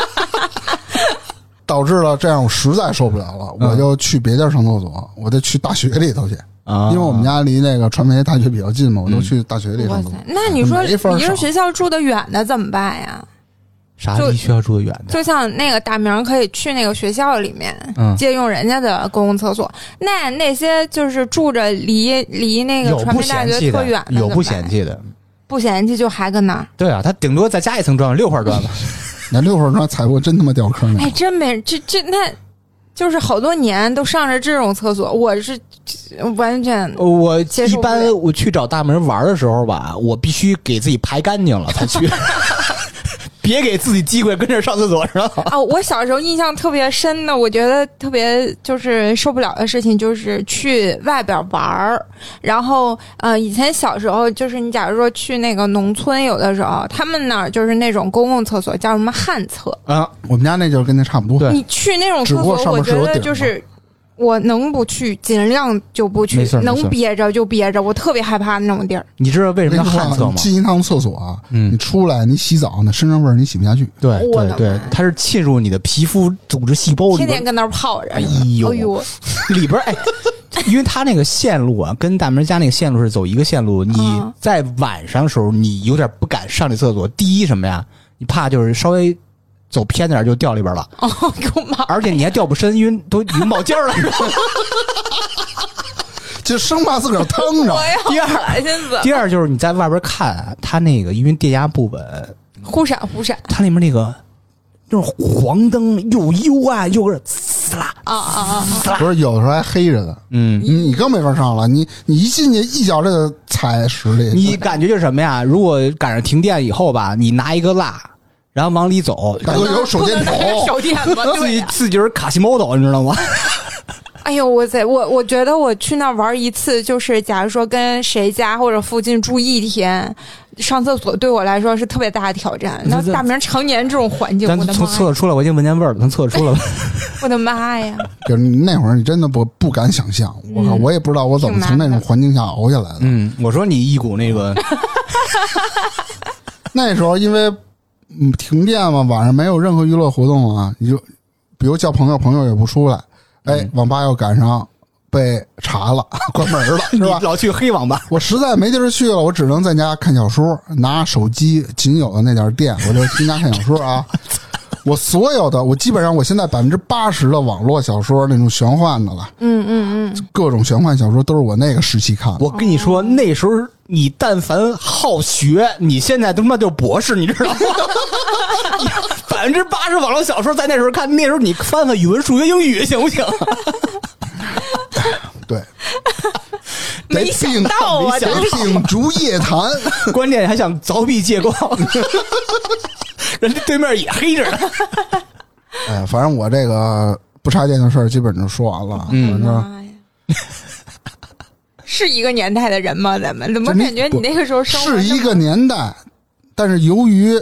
Speaker 1: 导致了这样，我实在受不了了，我就去别地儿上厕所，我得去大学里头去，
Speaker 3: 嗯啊，嗯
Speaker 1: 因为我们家离那个传媒大学比较近嘛，我都去大学里
Speaker 2: 哇
Speaker 1: 上厕所
Speaker 2: 塞。！那你说
Speaker 1: 没法
Speaker 2: 离
Speaker 1: 上
Speaker 2: 着学校住得远的怎么办呀？
Speaker 3: 啥
Speaker 2: 就
Speaker 3: 离学校住得远的，
Speaker 2: 就像那个大明可以去那个学校里面
Speaker 3: 嗯
Speaker 2: 借用人家的公共厕所，那那些就是住着离离那个
Speaker 3: 有
Speaker 2: 传
Speaker 3: 不
Speaker 2: 媒大
Speaker 3: 嫌
Speaker 2: 学
Speaker 3: 弃
Speaker 2: 特
Speaker 3: 的
Speaker 2: 远，的，
Speaker 3: 有不嫌，弃的，
Speaker 2: 不嫌弃就还搁那儿。
Speaker 3: 对啊，他顶多再加一层砖，六块砖吧，
Speaker 1: 那六块砖踩过真他妈掉坑里
Speaker 2: 哎，，真没这这那，就是好多年都上着这种厕所，我是完全
Speaker 3: 我
Speaker 2: 接
Speaker 3: 一
Speaker 2: 受不了
Speaker 3: 般我去找大门玩的时候吧，我必须给自己排干净了 才去，别给自己机会跟这儿上厕所知道吗？
Speaker 2: 啊、我小时候印象特别深的，我觉得特别就是受不了的事情，就是去外边玩儿。然后，呃，以前小时候就是你假如说去那个农村，有的时候他们那儿就是那种公共厕所，叫什么旱厕。
Speaker 3: 啊，
Speaker 1: 我们家那就是跟那差不多。
Speaker 3: 对
Speaker 2: 你去那种
Speaker 1: 只
Speaker 2: 厕
Speaker 1: 不过
Speaker 2: 所，
Speaker 1: 上
Speaker 2: 我
Speaker 1: 面是
Speaker 2: 觉
Speaker 1: 有
Speaker 2: 得
Speaker 1: 顶
Speaker 2: 就是。我能不去，尽量就不去
Speaker 3: 没事儿，没事
Speaker 2: 能
Speaker 3: 儿
Speaker 2: 憋着就憋着。我特别害怕那种地儿。
Speaker 3: 你知道为什么
Speaker 1: 那
Speaker 3: 叫
Speaker 1: 句
Speaker 3: 旱厕
Speaker 1: 话，
Speaker 3: 吗
Speaker 1: 你？进一趟厕所啊，
Speaker 3: 嗯
Speaker 1: 你出来你洗澡，那身上味儿你洗不下去。
Speaker 3: 对
Speaker 2: 我的
Speaker 3: 对对
Speaker 2: 妈，
Speaker 3: 它是侵入你的皮肤组织细胞里
Speaker 2: 天
Speaker 3: 边
Speaker 2: 天，跟那儿泡着。
Speaker 3: 哦哎呦
Speaker 2: 哎呦，
Speaker 3: 里边哎，因为它那个线路啊，跟大门家那个线路是走一个线路。你
Speaker 2: 嗯
Speaker 3: 在晚上的时候，你有点不敢上这厕所。第一什么呀？你怕就是稍微走偏点儿就掉里边了，
Speaker 2: 哦， 给我妈！
Speaker 3: 而且你还掉不深，因为都已经冒尖 儿了。你知道吗
Speaker 1: 就生怕自个儿腾着
Speaker 2: 我。要
Speaker 3: 第二
Speaker 2: 恶心死了，
Speaker 3: 第二就是你在外边看啊，它那个因为电压不稳，
Speaker 2: 忽闪忽闪
Speaker 3: 它里面那个就是黄灯又幽暗又是呲啦，
Speaker 2: 啊啊啊啊！
Speaker 1: 不是，有的时候还黑着的，
Speaker 3: 嗯，
Speaker 1: 你你更没法上了。你你一进去，一脚这个踩实里，
Speaker 3: 你感觉就是什么呀？如果赶上停电以后吧，你拿一个蜡，然后往里走，
Speaker 1: 大哥有手电筒，
Speaker 2: 手电吧，
Speaker 3: 自
Speaker 2: 对
Speaker 3: 己
Speaker 2: 呀。
Speaker 3: 自己就是卡西莫岛，你知道 吗？
Speaker 2: 哎呦，我在我我觉得我去那儿玩一次，就是假如说跟谁家或者附近住一天，上厕所对我来说是特别大的挑战。那
Speaker 3: 这这
Speaker 2: 大明常年这种环境，
Speaker 3: 咱
Speaker 2: 我的
Speaker 3: 从
Speaker 2: 妈
Speaker 3: 厕
Speaker 2: 呀！
Speaker 3: 所出来，我已经闻见味儿了，从厕所出来了。
Speaker 2: 我的妈呀！
Speaker 1: 就是你那会儿你真的不不敢想象，我靠，
Speaker 2: 嗯
Speaker 1: 我也不知道我怎么从那种环境下熬下来的。
Speaker 3: 嗯，我说你一股那个，
Speaker 1: 那时候因为嗯停电嘛，晚上没有任何娱乐活动啊，你就比如叫朋友，朋友也不出来，哎，
Speaker 3: 嗯
Speaker 1: 网吧要赶上被查了， 关门了，是
Speaker 3: 你
Speaker 1: 吧？
Speaker 3: 老去黑网吧，
Speaker 1: 我实在没地儿去了，我只能在家看小说，拿手机仅有的那点儿电，我就在家看小说 啊。我所有的，我基本上我现在百分之八十的网络小说那种玄幻的了，
Speaker 2: 嗯嗯嗯，
Speaker 1: 各种玄幻小说都是我那个时期看的。
Speaker 3: 我跟你说，那时候你但凡好学，你现在他妈就博士，你知 道吗？百分之八十网络小说在那时候看，那时候你翻翻语文、数学、英语行不行？
Speaker 1: 对，
Speaker 2: 没
Speaker 1: 得
Speaker 2: 想
Speaker 1: 病
Speaker 2: 到啊，
Speaker 1: 得
Speaker 2: 真是
Speaker 1: 秉烛夜 谈，
Speaker 3: 关键还想凿壁借 光，人家对面也黑着呢。
Speaker 1: 哎，反正我这个不插电的事儿基本就说完了。
Speaker 3: 嗯
Speaker 1: 反正
Speaker 2: 妈呀！ 是一个年代的人吗？咱们怎么
Speaker 1: 这你
Speaker 2: 感觉你那个时候生活
Speaker 1: 是
Speaker 2: 这
Speaker 1: 一
Speaker 2: 么
Speaker 1: 个年代，但是由于，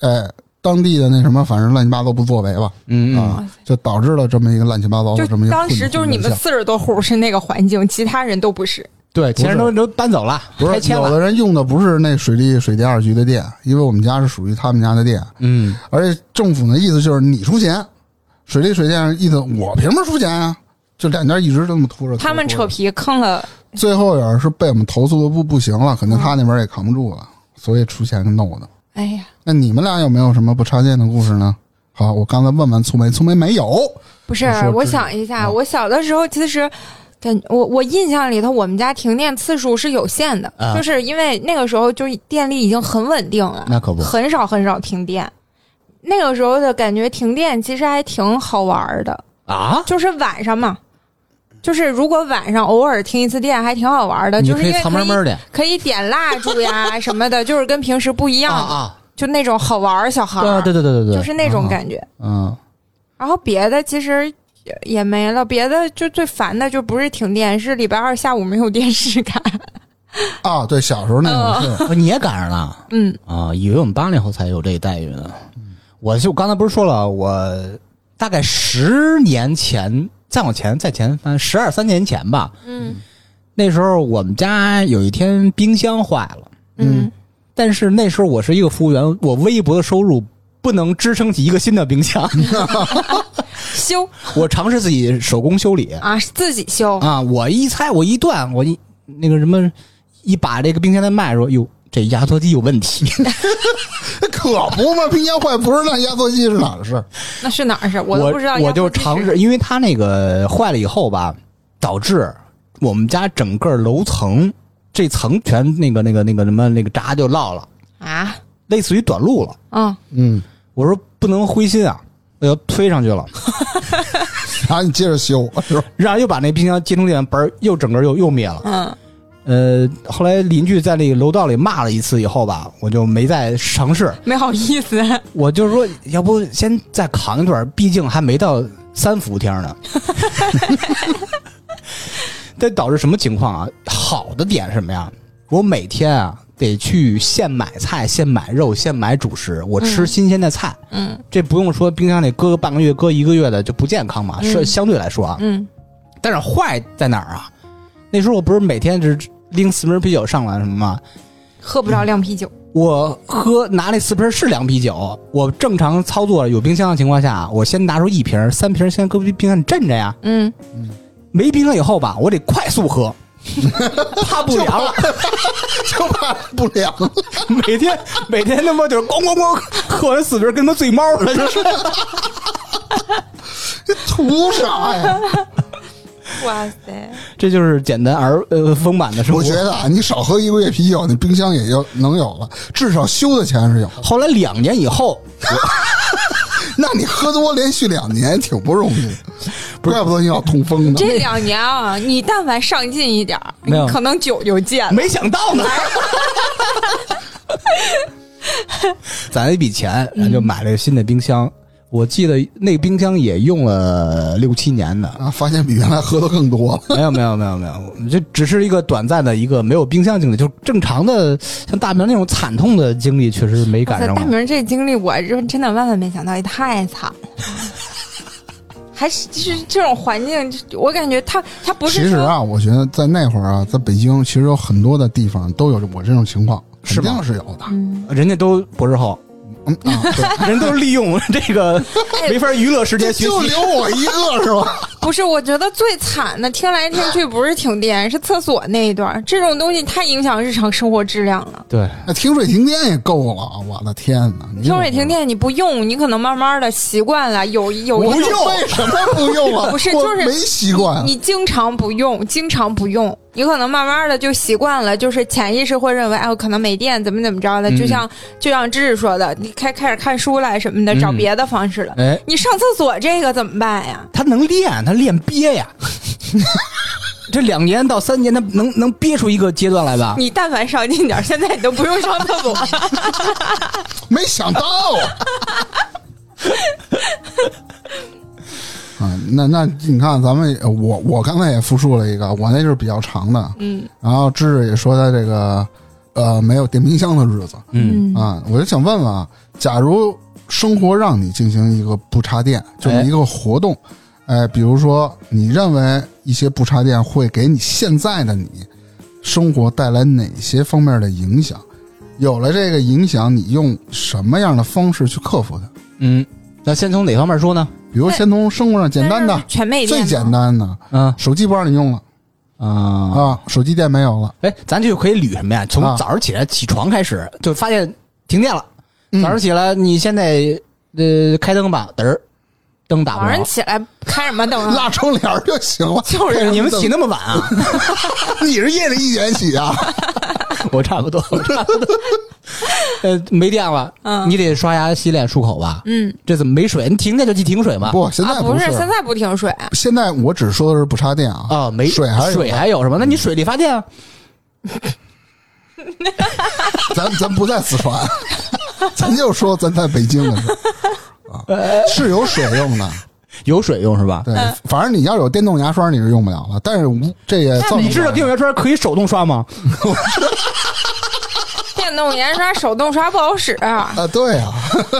Speaker 1: 哎，当地的那什么，反正乱七八糟不作为吧，
Speaker 3: 嗯
Speaker 1: 啊，就导致了这么一个乱七八糟的这么
Speaker 2: 就
Speaker 1: 一个
Speaker 2: 当
Speaker 1: 混
Speaker 2: 时就是你们
Speaker 1: 混
Speaker 2: 四十多户是那个环境，其他人都不是。
Speaker 3: 对，其他人
Speaker 1: 不
Speaker 3: 都都搬走了，
Speaker 1: 现象不是
Speaker 3: 拆迁
Speaker 1: 有
Speaker 3: 了。
Speaker 1: 的人用的不是那水利水电二局的电，因为我们家是属于他们家的电，
Speaker 3: 嗯，
Speaker 1: 而且政府的意思就是你出钱，水利水电意思我凭什么出钱啊？就两家一直这么拖着，
Speaker 2: 他们
Speaker 1: 拖
Speaker 2: 扯
Speaker 1: 着。
Speaker 2: 皮坑了，
Speaker 1: 最后也是被我们投诉的不不行了，可能他那边也扛不住了，所以出钱弄的。
Speaker 2: 哎呀，
Speaker 1: 那你们俩有没有什么不插电的故事呢？好，我刚才问完粗梅，粗梅没有，
Speaker 2: 不是
Speaker 1: 你说，
Speaker 2: 我
Speaker 1: 这
Speaker 2: 想一下，
Speaker 1: 啊
Speaker 2: 我小的时候其实。感我我印象里头，我们家停电次数是有限的，
Speaker 3: 啊
Speaker 2: 就是因为那个时候就是电力已经很稳定了，
Speaker 3: 那可不
Speaker 2: 很少很少停电。那个时候的感觉，停电其实还挺好玩儿的，
Speaker 3: 啊，
Speaker 2: 就是晚上嘛，就是如果晚上偶尔停一次电，还挺好玩儿的，
Speaker 3: 你
Speaker 2: 就是
Speaker 3: 可
Speaker 2: 因
Speaker 3: 以
Speaker 2: 为
Speaker 3: 藏
Speaker 2: 可
Speaker 3: 慢
Speaker 2: 以
Speaker 3: 慢的
Speaker 2: 可以点蜡烛呀什么的，就是跟平时不一
Speaker 3: 啊
Speaker 2: 样，
Speaker 3: 啊，
Speaker 2: 就那种好玩儿小孩儿，
Speaker 3: 对对对对对对，
Speaker 2: 就是那种感觉。
Speaker 1: 嗯，
Speaker 2: 然后别的其实也没了。别的就最烦的就不是停电，是礼拜二下午没有电视看。
Speaker 1: 啊，对，小时候那种是，
Speaker 3: 哦你也赶上了
Speaker 2: 嗯，
Speaker 3: 啊？以为我们八零后才有这待遇呢。我就刚才不是说了，我大概十年前，再往前，再前，反正十二三年前吧。
Speaker 2: 嗯
Speaker 3: 那时候我们家有一天冰箱坏了，
Speaker 2: 嗯
Speaker 3: 但是那时候我是一个服务员，我微薄的收入不能支撑起一个新的冰箱，
Speaker 2: 修
Speaker 3: 我尝试自己手工修理
Speaker 2: 啊，自己修。
Speaker 3: 啊，我一拆我一断，我一那个什么一把这个冰箱再卖说哟。这压缩机有问题，
Speaker 1: 可不嘛，冰箱坏不是那压缩机是哪儿的事儿？
Speaker 2: 那是哪儿是？
Speaker 3: 我
Speaker 2: 我都不知道。
Speaker 3: 我就尝试，因为它那个坏了以后吧，导致我们家整个楼层这层全那个那个那个什么那个闸就落了，
Speaker 2: 啊，
Speaker 3: 类似于短路了。
Speaker 2: 嗯，
Speaker 1: 嗯，
Speaker 3: 我说不能灰心啊，我要推上去了，
Speaker 1: 然后你接着修，是 吧？
Speaker 3: 然后又把那冰箱接通电，嘣儿又整个又又灭了。
Speaker 2: 嗯，
Speaker 3: 呃，后来邻居在那个楼道里骂了一次以后吧，我就没再尝试。
Speaker 2: 没好意思。
Speaker 3: 我就说，要不先再扛一段，毕竟还没到三伏天 呢。这导致什么情况啊？好的点是什么呀？我每天啊得去现买菜、现买肉、现买主食，我吃新鲜的菜。
Speaker 2: 嗯
Speaker 3: 这不用说，冰箱里搁个半个月、搁一个月的就不健康嘛，
Speaker 2: 嗯
Speaker 3: 是相对来说啊。
Speaker 2: 嗯
Speaker 3: 但是坏在哪儿啊？那时候我不是每天只拎四瓶啤酒上来什么吗？
Speaker 2: 喝不
Speaker 3: 嗯
Speaker 2: 着亮啤酒。
Speaker 3: 我喝拿那四瓶是凉啤酒，我正常操作有冰箱的情况下，我先拿出一瓶、三瓶，先搁冰箱里镇着呀。
Speaker 2: 嗯，
Speaker 3: 没冰箱以后吧，我得快速 喝，怕不凉了。
Speaker 1: 就怕不良。
Speaker 3: 每天每天他妈就是咣咣咣喝完四瓶，跟他醉猫似的，就是。
Speaker 1: 图啥呀？
Speaker 2: 哇塞，
Speaker 3: 这就是简单而呃丰满的生活。
Speaker 1: 我觉得啊，你少喝一个月啤酒，你冰箱也就能有了，至少修的钱是有。
Speaker 3: 后来两年以后，
Speaker 1: 那你喝多连续两年挺不容易的，怪不得你老痛风呢。
Speaker 2: 这两年啊，你但凡上进一点儿，你
Speaker 3: 没有
Speaker 2: 可能酒就戒了。
Speaker 3: 没想到呢， 攒了一笔钱，然后就买了个新的冰箱。我记得那冰箱也用了六七年呢。
Speaker 1: 啊，发现比原来喝的更多了。
Speaker 3: 没有没有没有没有，我们这只是一个短暂的一个没有冰箱经历，就是正常的像大明那种惨痛的经历，确实没
Speaker 2: 哇
Speaker 3: 赶
Speaker 2: 塞，
Speaker 3: 上
Speaker 2: 哦大
Speaker 3: 过。
Speaker 2: 明这经历，我真真的万万没想到，也太惨了。 还是就是这种环境，就我感觉他他不
Speaker 1: 其实
Speaker 2: 是说
Speaker 1: 啊，我觉得在那会儿啊，在北京其实有很多的地方都有我这种情况，
Speaker 3: 是
Speaker 1: 肯
Speaker 3: 吗
Speaker 1: 定是有的。
Speaker 3: 人家都博士后，
Speaker 1: 嗯啊， 对，
Speaker 3: 人都利用这个没法娱乐时间学
Speaker 1: 就
Speaker 3: 习。
Speaker 1: 留我一 个是吧？
Speaker 2: 不是，我觉得最惨的，听来听去不是停电，是厕所那一段儿，这种东西太影响日常生活质量了。
Speaker 3: 对，
Speaker 1: 那停水停电也够了，啊我的天哪！你
Speaker 2: 停水停电你不用，你可能慢慢的习惯了，有有一
Speaker 1: 不
Speaker 2: 种
Speaker 1: 用，为什么不用啊？
Speaker 2: 不 是
Speaker 1: 我
Speaker 2: 就是
Speaker 1: 没习惯。啊
Speaker 2: 你经常不用，经常不用，你可能慢慢的就习惯了，就是潜意识会认为，哎，我可能没电，怎么怎么着的。
Speaker 1: 嗯
Speaker 2: 就像就像芝芝说的，你开开始看书啦什么的，找
Speaker 3: 嗯
Speaker 2: 别的方式了。
Speaker 3: 哎，
Speaker 2: 你上厕所这个怎么办呀？
Speaker 3: 他能练，他练憋呀。 这两年到三年，他能能憋出一个阶段来吧？
Speaker 2: 你但凡上进点儿，现在你都不用上厕所了。
Speaker 1: 没想到啊！ 啊，那那你看，咱们呃我我刚才也复述了一个，我那就是比较长的，嗯，然后芝芝也说他这个呃没有电冰箱的日子
Speaker 3: 嗯，
Speaker 1: 啊，我就想问问啊，假如生活让你进行一个不插电这么一个活动，哎、比如说你认为一些不插电会给你现在的你生活带来哪些方面的影响？有了这个影响，你用什么样的方式去克服它？
Speaker 3: 嗯，那先从哪方面说呢？
Speaker 1: 比如先从生活上 简单的、
Speaker 2: 全没电
Speaker 1: 最
Speaker 2: 吗，
Speaker 1: 简单的，
Speaker 3: 嗯
Speaker 1: 手机不让你用了
Speaker 3: 啊，
Speaker 1: 啊，手机电没有了，
Speaker 3: 哎，咱就可以捋什么呀？从
Speaker 1: 啊
Speaker 3: 早上起来起床开始，就发现停电了。
Speaker 1: 嗯
Speaker 3: 早上起来，你现在呃开灯吧，嘚儿，灯打不
Speaker 2: 早上
Speaker 3: 着。
Speaker 2: 起来开什么灯啊？
Speaker 1: 拉窗帘儿就行了。
Speaker 3: 就是 你们起那么晚啊？
Speaker 1: 你是夜里一点起啊？
Speaker 3: 我差不多，我差不多。 呃，没电了，
Speaker 2: 嗯
Speaker 3: 你得刷牙、洗脸、漱口吧？
Speaker 2: 嗯，
Speaker 3: 这怎么没水？你停电就去停水嘛？
Speaker 1: 不， 现在
Speaker 2: 啊，不
Speaker 1: 是。
Speaker 2: 现在不停水，
Speaker 1: 现在我只说的是不插电啊，
Speaker 3: 啊，没
Speaker 1: 水还是有
Speaker 3: 水
Speaker 1: 的
Speaker 3: 还有什么？那你水力发电啊？
Speaker 1: 咱咱不在四 川，
Speaker 3: 呃
Speaker 1: 咱就说咱在北京的事儿啊，是有水用的，
Speaker 3: 有水用是吧？
Speaker 1: 对
Speaker 2: 嗯，
Speaker 1: 反正你要有电动牙刷，你是用不了了。但是无这也
Speaker 2: 那
Speaker 1: 造
Speaker 2: 没
Speaker 3: 你知道电动牙刷可以手动刷 吗？
Speaker 2: 电动牙刷手动刷不好使、
Speaker 1: 啊，对啊，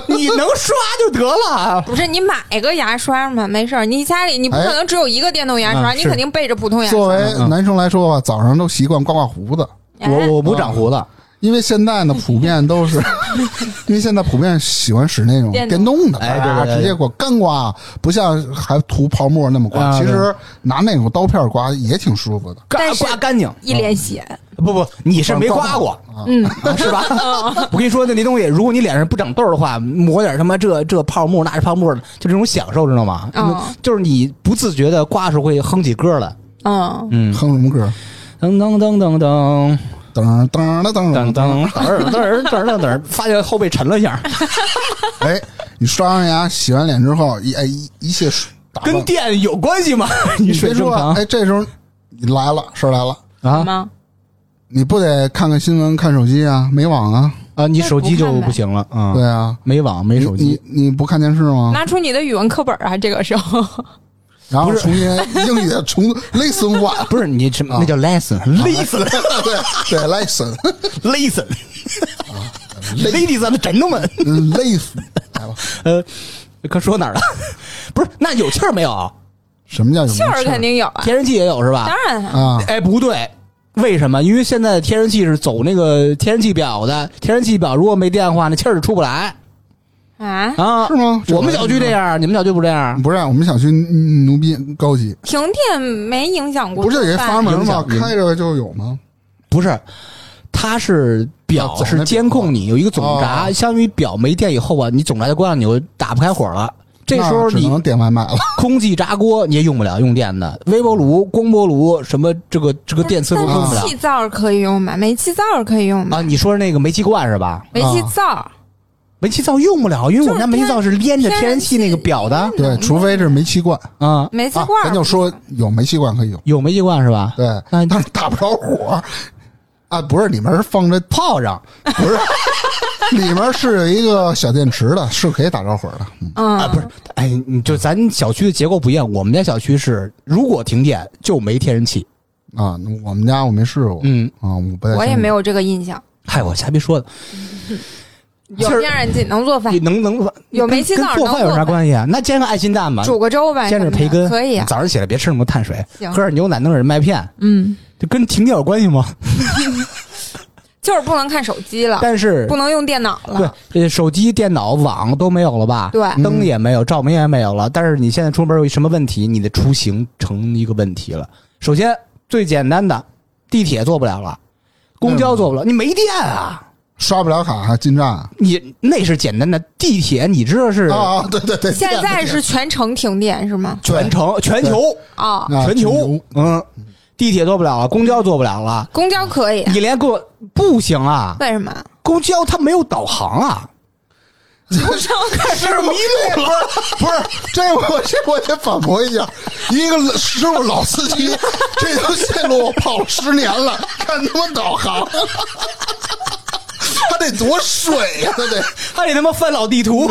Speaker 3: 你能刷就得了。啊
Speaker 2: 不是你买个牙刷嘛，没事儿。你家里你
Speaker 1: 哎
Speaker 2: 不可能只有一个电动牙刷，
Speaker 1: 啊
Speaker 3: 哎
Speaker 2: 你肯定备着普通牙刷。
Speaker 1: 作为
Speaker 3: 嗯
Speaker 1: 男生来说吧，早上都习惯刮刮胡子，
Speaker 2: 哎
Speaker 3: 我我不长胡子，
Speaker 1: 因为现在呢普遍都 是，因为现在普遍喜欢使那种
Speaker 2: 电动
Speaker 1: 电动的，
Speaker 3: 哎对
Speaker 1: 啊
Speaker 3: 对对
Speaker 1: 直接给我干刮，不像还涂泡沫那么刮。
Speaker 3: 啊
Speaker 1: 其
Speaker 3: 对
Speaker 1: 实拿那种刀片刮也挺舒服的。
Speaker 3: 刮
Speaker 2: 但是
Speaker 3: 刮干净。
Speaker 2: 一脸血，
Speaker 3: 不不，你是没刮过，
Speaker 2: 嗯，
Speaker 3: 啊是吧？我跟你说，那那东西，如果你脸上不长痘儿的话，抹点他妈这这泡沫，那是泡沫的，就这种享受，知道吗？
Speaker 2: 嗯
Speaker 3: 就是你不自觉的刮的时候会哼起歌来，
Speaker 1: 啊
Speaker 2: 嗯，
Speaker 3: 嗯，
Speaker 1: 哼什么歌？
Speaker 3: 噔噔噔噔噔
Speaker 1: 噔噔噔
Speaker 3: 噔
Speaker 1: 噔噔。
Speaker 3: 噔噔噔噔噔噔，发现后背沉了一 下，
Speaker 1: 哎，你刷完牙、洗完脸之后，一哎一一切打扮
Speaker 3: 跟电有关系吗？ 你
Speaker 1: 你
Speaker 3: 水
Speaker 1: 别
Speaker 3: 正
Speaker 1: 说
Speaker 3: 常
Speaker 1: 啊，哎，嗯这时候你来了，事儿来了，
Speaker 2: 好
Speaker 3: 啊
Speaker 2: 吗？
Speaker 1: 你不得看看新闻、看手机啊？没网啊？
Speaker 3: 啊！你手机就不行了啊，
Speaker 1: 对啊，
Speaker 3: 没网没手机，
Speaker 1: 你你你不看电视吗？
Speaker 2: 拿出你的语文课本啊，这个时候
Speaker 1: 嗯然后重新英语的重 listen one，
Speaker 3: 不是你什
Speaker 1: 啊
Speaker 3: 么那叫 lesson lesson
Speaker 1: 对对 listen
Speaker 3: lesson ladies and gentlemen，
Speaker 1: listen，来吧，
Speaker 3: 呃，可说哪儿了？ 不是，那有气儿没有？
Speaker 1: 什么叫有
Speaker 2: 气儿肯定有啊，
Speaker 3: 天然气也有是吧？
Speaker 2: 当然啊
Speaker 1: 啊？
Speaker 3: 哎，不对，为什么？因为现在天然气是走那个天然气表的，天然气表如果没电的话，那气儿就出不来
Speaker 1: 嗯
Speaker 2: 啊，
Speaker 3: 啊。
Speaker 1: 是吗
Speaker 3: 我们小区这样，你们小区不这样？
Speaker 1: 不是啊，我们小区嗯牛逼高级，
Speaker 2: 停电没影响过
Speaker 1: 不
Speaker 2: 做
Speaker 1: 是
Speaker 2: 饭，
Speaker 1: 也发门
Speaker 3: 影
Speaker 1: 吗
Speaker 3: 响？影响
Speaker 1: 开着就有吗？
Speaker 3: 不是，它是
Speaker 1: 啊
Speaker 3: 表
Speaker 1: 走那
Speaker 3: 是监控你，有一个总闸，
Speaker 1: 哦
Speaker 3: 相当于表没电以后啊，你总闸就关了，你就打不开火了。这时候
Speaker 1: 那只
Speaker 3: 你
Speaker 1: 能点外卖了。
Speaker 3: 空气炸锅你也用不了用电的，微波炉、光波炉什么这个这个电磁炉
Speaker 2: 但
Speaker 3: 用不
Speaker 2: 是
Speaker 3: 了
Speaker 2: 气灶可以用吗？煤气灶可以用吗？
Speaker 3: 啊。你说那个煤气罐是吧？
Speaker 1: 啊
Speaker 2: 煤气灶
Speaker 3: 煤气灶用不了，因为我们家煤气灶是连着天然气那个表的
Speaker 2: 天
Speaker 1: 对，除非这是煤气罐
Speaker 3: 啊。
Speaker 2: 煤气
Speaker 1: 啊，
Speaker 2: 罐儿
Speaker 1: 咱就说有煤气罐可以用。
Speaker 3: 有煤气罐是吧？
Speaker 1: 对，
Speaker 3: 那
Speaker 1: 但是打不着火啊，不是里面是放着
Speaker 3: 泡上
Speaker 1: 不 是，里面是有一个小电池的，是可以打着火的。
Speaker 3: 啊，
Speaker 2: 嗯，
Speaker 3: 不是，哎，你就咱小区的结构不一样，我们家小区是如果停电就没天然气，
Speaker 1: 啊，我们家我没试过，
Speaker 3: 嗯，
Speaker 1: 啊，我不太，
Speaker 2: 我也没，有这个印象。
Speaker 3: 嗨，我瞎逼说的，
Speaker 2: 有
Speaker 3: 气儿
Speaker 2: 天然气能做饭
Speaker 3: 你，能能
Speaker 2: 哎有煤气
Speaker 3: 跟
Speaker 2: 灶
Speaker 3: 跟做
Speaker 2: 能
Speaker 3: 饭有
Speaker 2: 做
Speaker 3: 啥
Speaker 2: 饭
Speaker 3: 关系啊？那煎个爱心蛋吧，
Speaker 2: 煮个粥呗，
Speaker 3: 煎着
Speaker 2: 什么的
Speaker 3: 培根，
Speaker 2: 可以啊。
Speaker 3: 早上起来别吃那么多碳水，
Speaker 2: 行
Speaker 1: 嗯
Speaker 3: 喝点牛奶，弄点麦片，
Speaker 2: 嗯，
Speaker 3: 这跟停电有关系吗？
Speaker 2: 就是不能看手机了，
Speaker 3: 但是
Speaker 2: 不能用电脑
Speaker 3: 对
Speaker 2: 了。，
Speaker 3: 这手机、电脑、网都没有了吧？
Speaker 2: 对
Speaker 3: 灯也没有，照明也没有了。但是你现在出门有什么问题，你的出行成一个问题了。首先最简单的，地铁坐不了了，公交坐不了，你没电啊！
Speaker 1: 刷不了卡还进站啊
Speaker 3: 你那是简单的，地铁你知道是
Speaker 1: 啊，对对对，
Speaker 2: 现在是全城停电是吗？
Speaker 3: 全城、全球、
Speaker 2: 哦，
Speaker 1: 啊
Speaker 3: 全球，嗯，地铁坐不了了，公交坐不了了，
Speaker 2: 公交可以，
Speaker 3: 你连给我不行啊！
Speaker 2: 为什么？
Speaker 3: 公交它没有导航啊，
Speaker 2: 公交可以
Speaker 3: 是迷路了。
Speaker 1: 不是这我这我得反驳一下，一个老师傅老司机，这条线路我跑了十年了，看他妈导航，他得多水呀、他得。
Speaker 3: 还得他妈翻老地图，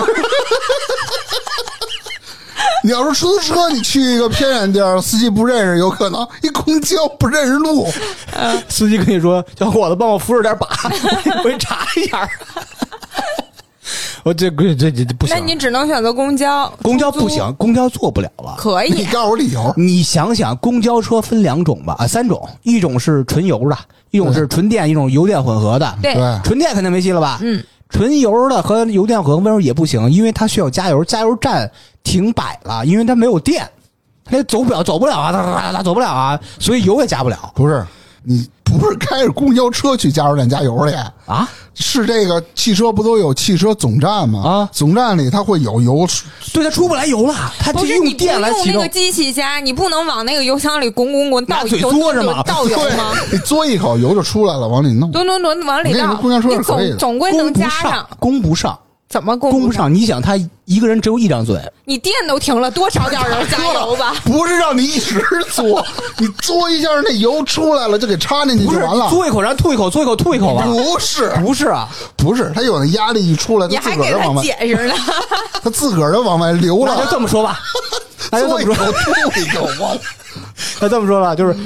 Speaker 1: 你要是出租车，你去一个偏远地儿，司机不认识，有可能；一公交不认识路，
Speaker 3: 司机跟你说：“小伙子，帮我扶 着点把，我去查一下。” 我这这这这不
Speaker 2: 那
Speaker 3: 行
Speaker 2: 你，只能选择公交，
Speaker 3: 公交
Speaker 2: 出租
Speaker 3: 不，行，公交坐不了了。
Speaker 2: 可
Speaker 1: 哎你
Speaker 2: 以。
Speaker 1: 告诉我理由。
Speaker 3: 你想想，公交车分两种吧，啊，三种，一种是纯油的，一种是纯电，一种油电混合的。
Speaker 2: 嗯
Speaker 3: 嗯
Speaker 2: 对，
Speaker 1: 对，
Speaker 3: 纯电肯定没戏了吧？
Speaker 2: 嗯，
Speaker 3: 纯油的和油电混合为什么也不行？因为它需要加油，加油站停摆了，因为它没有电，它也走不了，走不了啊，哒哒哒哒走不了啊，所以油也加不了
Speaker 1: 不是你不是开着公交车去加油站加油去，
Speaker 3: 啊。
Speaker 1: 是这个汽车不都有汽车总站吗？
Speaker 3: 啊
Speaker 1: 总站里它会有油，
Speaker 3: 对，它出不来油了，它
Speaker 2: 不
Speaker 3: 就是
Speaker 2: 你
Speaker 3: 用
Speaker 2: 不
Speaker 3: 电来
Speaker 2: 用
Speaker 3: 启
Speaker 2: 那
Speaker 3: 动
Speaker 2: 个。机器加，你不能往那个油箱里滚滚滚倒
Speaker 3: 拿嘴
Speaker 2: 油
Speaker 3: 嘬着嘛
Speaker 2: 倒油吗？
Speaker 1: 对，你嘬一口油就出来了，往里弄。
Speaker 2: 吨吨吨往里
Speaker 1: 我跟你说公交，
Speaker 2: 倒
Speaker 1: 车
Speaker 2: 你
Speaker 1: 是可以的。
Speaker 2: 总总归能
Speaker 3: 供不
Speaker 2: 加上
Speaker 3: 上，，供不上，
Speaker 2: 怎么供
Speaker 3: 供
Speaker 2: 不
Speaker 3: 不？上。你想，他一个人只有一张嘴，
Speaker 2: 你电都停了，多少点油加油吧
Speaker 1: 不是让你一直嘬，你嘬一下那油出来了就给插进去
Speaker 3: 不
Speaker 1: 就是完了。
Speaker 3: 嘬一口，然后吐一口，嘬一口，吐一口啊？
Speaker 1: 不是，
Speaker 3: 不是啊，
Speaker 1: 不是，它有那压力一出来，
Speaker 2: 你
Speaker 1: 它
Speaker 2: 还
Speaker 1: 自个
Speaker 2: 给
Speaker 1: 儿就往
Speaker 2: 他
Speaker 1: 外，
Speaker 2: 解释呢？
Speaker 1: 它自个儿就往外流
Speaker 3: 那 哎
Speaker 1: 了
Speaker 3: 就。这么说吧，那就这么
Speaker 1: 一
Speaker 3: 说
Speaker 1: 口，吐一口吧。
Speaker 3: 那这么说吧，就是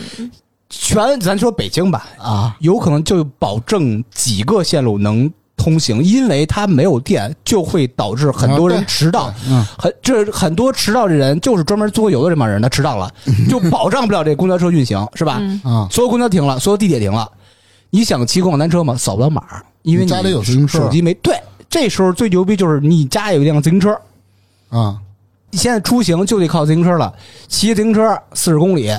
Speaker 3: 全咱说北京吧，
Speaker 1: 啊，
Speaker 3: 有可能就保证几个线路能通行，因为它没有电，就会导致很多
Speaker 1: 啊
Speaker 3: 人
Speaker 1: 对
Speaker 3: 迟到。
Speaker 1: 嗯，
Speaker 3: 很这很多迟到的人就是专门做油的这帮人，他迟到 了就保障不了这公交车运行，是吧？
Speaker 2: 嗯
Speaker 1: 啊，
Speaker 3: 所有公交停了，所有地铁停了，你想骑共享单车吗？扫不了码儿，因为
Speaker 1: 你家里有自行车
Speaker 3: 手机没对。这时候最牛逼就是你家有一辆自行车，
Speaker 1: 啊，
Speaker 3: 你现在出行就得靠自行车了，骑自行车四十公里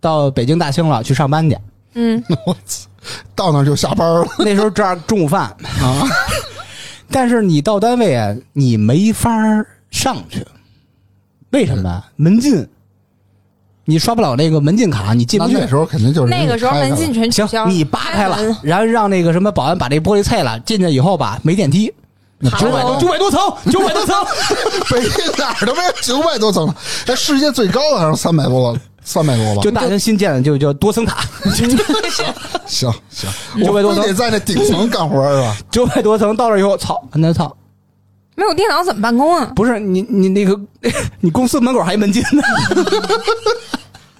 Speaker 3: 到北京大兴了去上班去。
Speaker 2: 嗯，
Speaker 1: 我操，到那儿就下班 了
Speaker 3: 那时候这儿中午饭，
Speaker 1: 啊。
Speaker 3: 但是你到单位啊，你没法儿上去，为什么呢？门禁，你刷不了那个门禁卡，你进不
Speaker 1: 那
Speaker 3: 去
Speaker 1: 那。时候肯定就是人
Speaker 2: 那
Speaker 1: 给
Speaker 2: 个时候
Speaker 1: 开开
Speaker 2: 门
Speaker 1: 了
Speaker 2: 禁全取
Speaker 3: 行
Speaker 2: 消，，嗯
Speaker 3: 你扒
Speaker 2: 开
Speaker 3: 开
Speaker 2: 门
Speaker 3: 了，然后让那个什么保安把这玻璃碎了，进去以后吧，没电梯，
Speaker 1: 那
Speaker 3: 九
Speaker 1: 九百
Speaker 3: 百
Speaker 1: 多，
Speaker 3: 多九百多层，九百多 层，
Speaker 1: 北京哪儿他妈九百多层了？那世界最高好像三百多了，三百多吧
Speaker 3: 就。大兴新建的就叫多层 塔，
Speaker 1: 行行，
Speaker 3: 九百多
Speaker 1: 我非
Speaker 3: 层
Speaker 1: 得，在那顶层干活是吧？
Speaker 3: 九百多层到这以后，操，那操，
Speaker 2: 没有电脑怎么办公啊？
Speaker 3: 不是你你那个 你公司门口还门禁呢，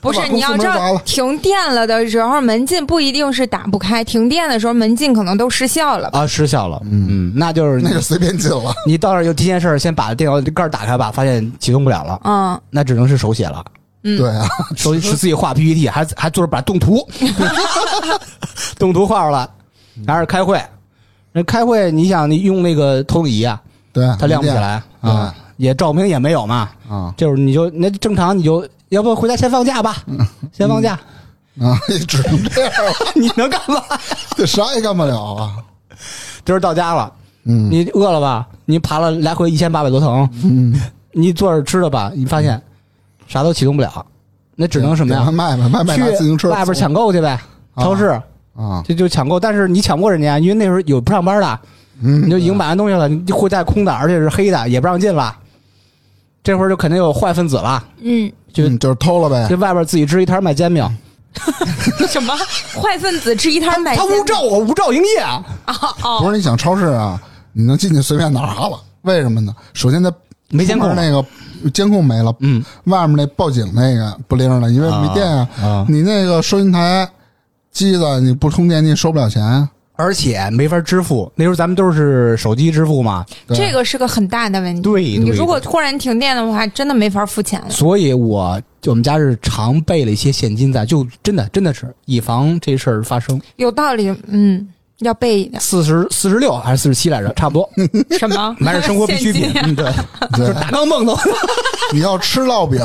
Speaker 2: 不
Speaker 1: 把
Speaker 2: 是，
Speaker 1: 公
Speaker 2: 你
Speaker 1: 司
Speaker 2: 要
Speaker 1: 门
Speaker 2: 知
Speaker 1: 砸
Speaker 2: 道
Speaker 1: 了
Speaker 2: 停电了的时候，门禁不一定是打不开，停电的时候门禁可能都失效了吧。
Speaker 3: 啊，失效了，嗯，那就是
Speaker 1: 那就随便进了。
Speaker 3: 你到这儿就第一件事儿，先把电脑盖儿打开吧，发现启动不了了，
Speaker 2: 嗯，
Speaker 3: 那只能是手写了，
Speaker 2: 嗯
Speaker 1: 对啊，
Speaker 3: 手写自己画 PPT，还还坐着把动图，动图画出来，还是开会。那开会，你想你用那个投影仪啊，
Speaker 1: 对啊，
Speaker 3: 它亮不起来
Speaker 1: 对
Speaker 3: 啊，也照明也没有嘛，
Speaker 1: 啊
Speaker 3: 就是你就那正常你就要不回家先放假吧，先放假，
Speaker 1: 啊， 也只能这样了，
Speaker 3: 你能干嘛？
Speaker 1: 这啥也干不了啊。
Speaker 3: 就是到家了，
Speaker 1: 嗯，
Speaker 3: 你饿了吧？你爬了来回一千八百多层，你坐着吃的吧？你发现啥都启动不了，那只能什么
Speaker 1: 点
Speaker 3: 呀
Speaker 1: 外？卖吧，外卖拿自行
Speaker 3: 去
Speaker 1: 车
Speaker 3: 外边抢购去呗，
Speaker 1: 啊
Speaker 3: 超市
Speaker 1: 啊，
Speaker 3: 就就抢购。但是你抢不过人家，因为那时候有不上班的，
Speaker 1: 嗯，
Speaker 3: 你就已经买完东西了，你货架空的，而且是黑的，也不让进了。这会儿就肯定有坏分子了，
Speaker 2: 嗯，
Speaker 3: 就
Speaker 1: 嗯就是偷了呗
Speaker 3: 这。外边自己支一摊卖煎饼，
Speaker 2: 什么坏分子吃一摊买
Speaker 3: 他无照啊，无照营业啊，
Speaker 2: 哦
Speaker 1: 不
Speaker 2: 哦，
Speaker 1: 是你想超市啊，你能进去随便拿了，为什么呢？首先它
Speaker 3: 没监控
Speaker 1: 出门那个监控没了，
Speaker 3: 嗯，
Speaker 1: 外面那报警那个不灵了，因为没电啊。
Speaker 3: 啊，
Speaker 1: 你那个收银台机子你不充电，你也收不了钱啊。
Speaker 3: 而且没法支付。那时候咱们都是手机支付嘛，
Speaker 1: 对
Speaker 2: 这个是个很大的问题。
Speaker 3: 对
Speaker 2: 你
Speaker 3: 对
Speaker 2: 如果突然停电的话，真的没法付钱了。
Speaker 3: 所以我就我们家是常备了一些现金在，就真的真的是以防这事儿发生。
Speaker 2: 有道理，嗯，要备一点
Speaker 3: 四十四十六还是四十七来着，差不多，
Speaker 2: 什么？
Speaker 3: 买点生活必需品
Speaker 2: 现金。啊
Speaker 3: 嗯， 对，就是
Speaker 1: 对，
Speaker 3: 大钢 锨都
Speaker 1: 你要吃烙饼、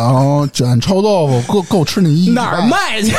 Speaker 1: 卷臭豆腐，够够吃你一
Speaker 3: 哪儿
Speaker 1: 礼拜
Speaker 3: 卖去？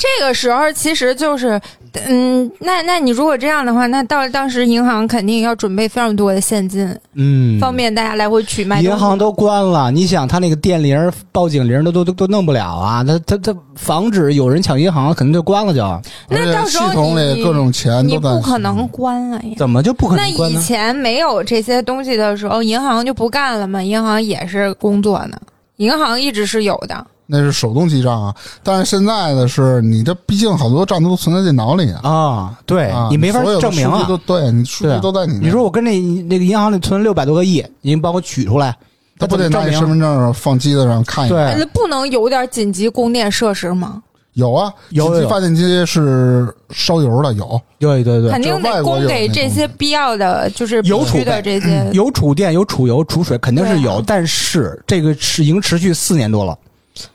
Speaker 2: 这个时候其实就是，嗯，那那你如果这样的话，那到当时银行肯定要准备非常多的现金，
Speaker 3: 嗯，
Speaker 2: 方便大家来回取卖东西。
Speaker 3: 银行都关了，你想他那个电铃儿、报警铃儿都都都都弄不了啊！他他他防止有人抢银行，肯定就关了就。
Speaker 2: 那到时候
Speaker 1: 而且系统里
Speaker 2: 你
Speaker 1: 各种钱
Speaker 2: 你
Speaker 1: 都在
Speaker 2: 不。可
Speaker 3: 嗯
Speaker 2: 能关了呀。
Speaker 3: 怎么就不可
Speaker 2: 那
Speaker 3: 能关
Speaker 2: 以
Speaker 3: 呢？
Speaker 2: 前没有这些东西的时候，银行就不干了吗？银行也是工作呢，银行一直是有的。
Speaker 1: 那是手动记账啊，但是现在的是你这毕竟好多账都存在电脑里啊，
Speaker 3: 啊，对
Speaker 1: 啊
Speaker 3: 你没法
Speaker 1: 所有的
Speaker 3: 证明
Speaker 1: 数据
Speaker 3: 啊
Speaker 1: 都。对你数
Speaker 3: 对
Speaker 1: 据
Speaker 3: 啊
Speaker 1: 都在你那儿。
Speaker 3: 你说我跟那那个银行里存六百多个亿，您帮我取出来，
Speaker 1: 他不得
Speaker 3: 怎
Speaker 1: 拿
Speaker 3: 么
Speaker 1: 你
Speaker 3: 证
Speaker 1: 身
Speaker 3: 明？啊
Speaker 1: 份证放机子上看一眼？
Speaker 3: 对
Speaker 2: 呃，不能有点紧急供电设施吗？
Speaker 1: 有啊，
Speaker 3: 有有
Speaker 1: 紧急
Speaker 3: 有
Speaker 1: 发电机是烧油的，有
Speaker 3: 对对对，
Speaker 2: 肯定得供给这些必要的，就是必
Speaker 3: 有储
Speaker 2: 须
Speaker 3: 备
Speaker 2: 的这 些。
Speaker 3: 有储电、有储油、储水，肯定是
Speaker 2: 呃对啊
Speaker 3: 有，但是这个是已经持续四年多了。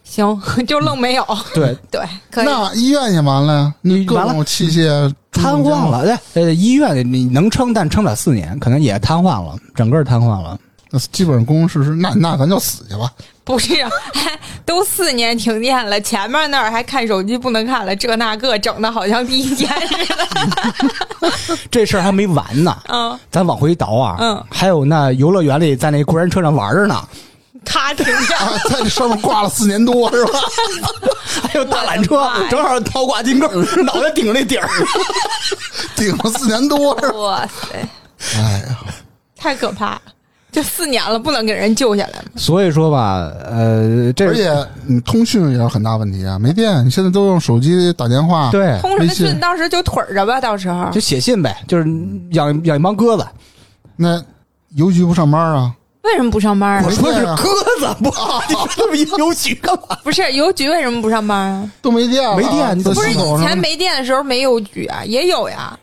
Speaker 2: 行， 就愣没有。
Speaker 3: 对，
Speaker 2: 对，可以。
Speaker 1: 那医院也完了呀，
Speaker 3: 你
Speaker 1: 各
Speaker 3: 完了
Speaker 1: 种器械
Speaker 3: 瘫痪。了。哎，呃，医院你能撑，但撑不了四年，可能也瘫痪了，整个瘫痪了。
Speaker 1: 那基本上公共设施，那那咱就死去吧。
Speaker 2: 不是，哎，都四年停电了，前面那儿还看手机不能看了，这那个整的好像第一天似 的。
Speaker 3: 这事儿还没完呢，
Speaker 2: 嗯，
Speaker 3: 咱往回倒啊，
Speaker 2: 嗯，
Speaker 3: 还有那游乐园里在那过山车上玩着呢，
Speaker 2: 咔停电。
Speaker 1: 啊，在这上面挂了四年多是吧？
Speaker 3: 还有大缆车
Speaker 2: 我的妈呀，
Speaker 3: 正好倒挂金钩， 脑袋顶着那顶儿。
Speaker 1: 顶了四年多是吧？
Speaker 2: 哇塞，
Speaker 1: 哎呀，
Speaker 2: 太可怕了！这四年了，不能给人救下来吗？
Speaker 3: 所以说吧，呃，这
Speaker 1: 而且你通讯也是很大问题啊，没电，你现在都用手机打电话。，
Speaker 3: 对，
Speaker 2: 通什么
Speaker 1: 微信
Speaker 2: 讯？当时就腿儿着吧，到时候
Speaker 3: 就写信呗，就是养养一帮鸽子，
Speaker 1: 那邮局不上班啊？
Speaker 2: 为什么不上班啊
Speaker 3: 我？说是
Speaker 1: 对啊
Speaker 3: 鸽子，不， 你说那么一邮局干嘛？
Speaker 2: 不是邮局为什么不上班啊？
Speaker 1: 都没电了，
Speaker 3: 没电你
Speaker 1: 在
Speaker 3: 怎么
Speaker 2: 不是
Speaker 1: 西口上
Speaker 2: 以前没电的时候没邮局啊，也有呀，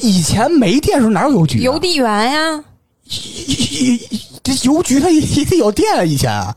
Speaker 3: 以前没电的时候哪有邮局、啊？
Speaker 2: 邮递员呀。
Speaker 3: 这邮局它也也得有电啊，以前啊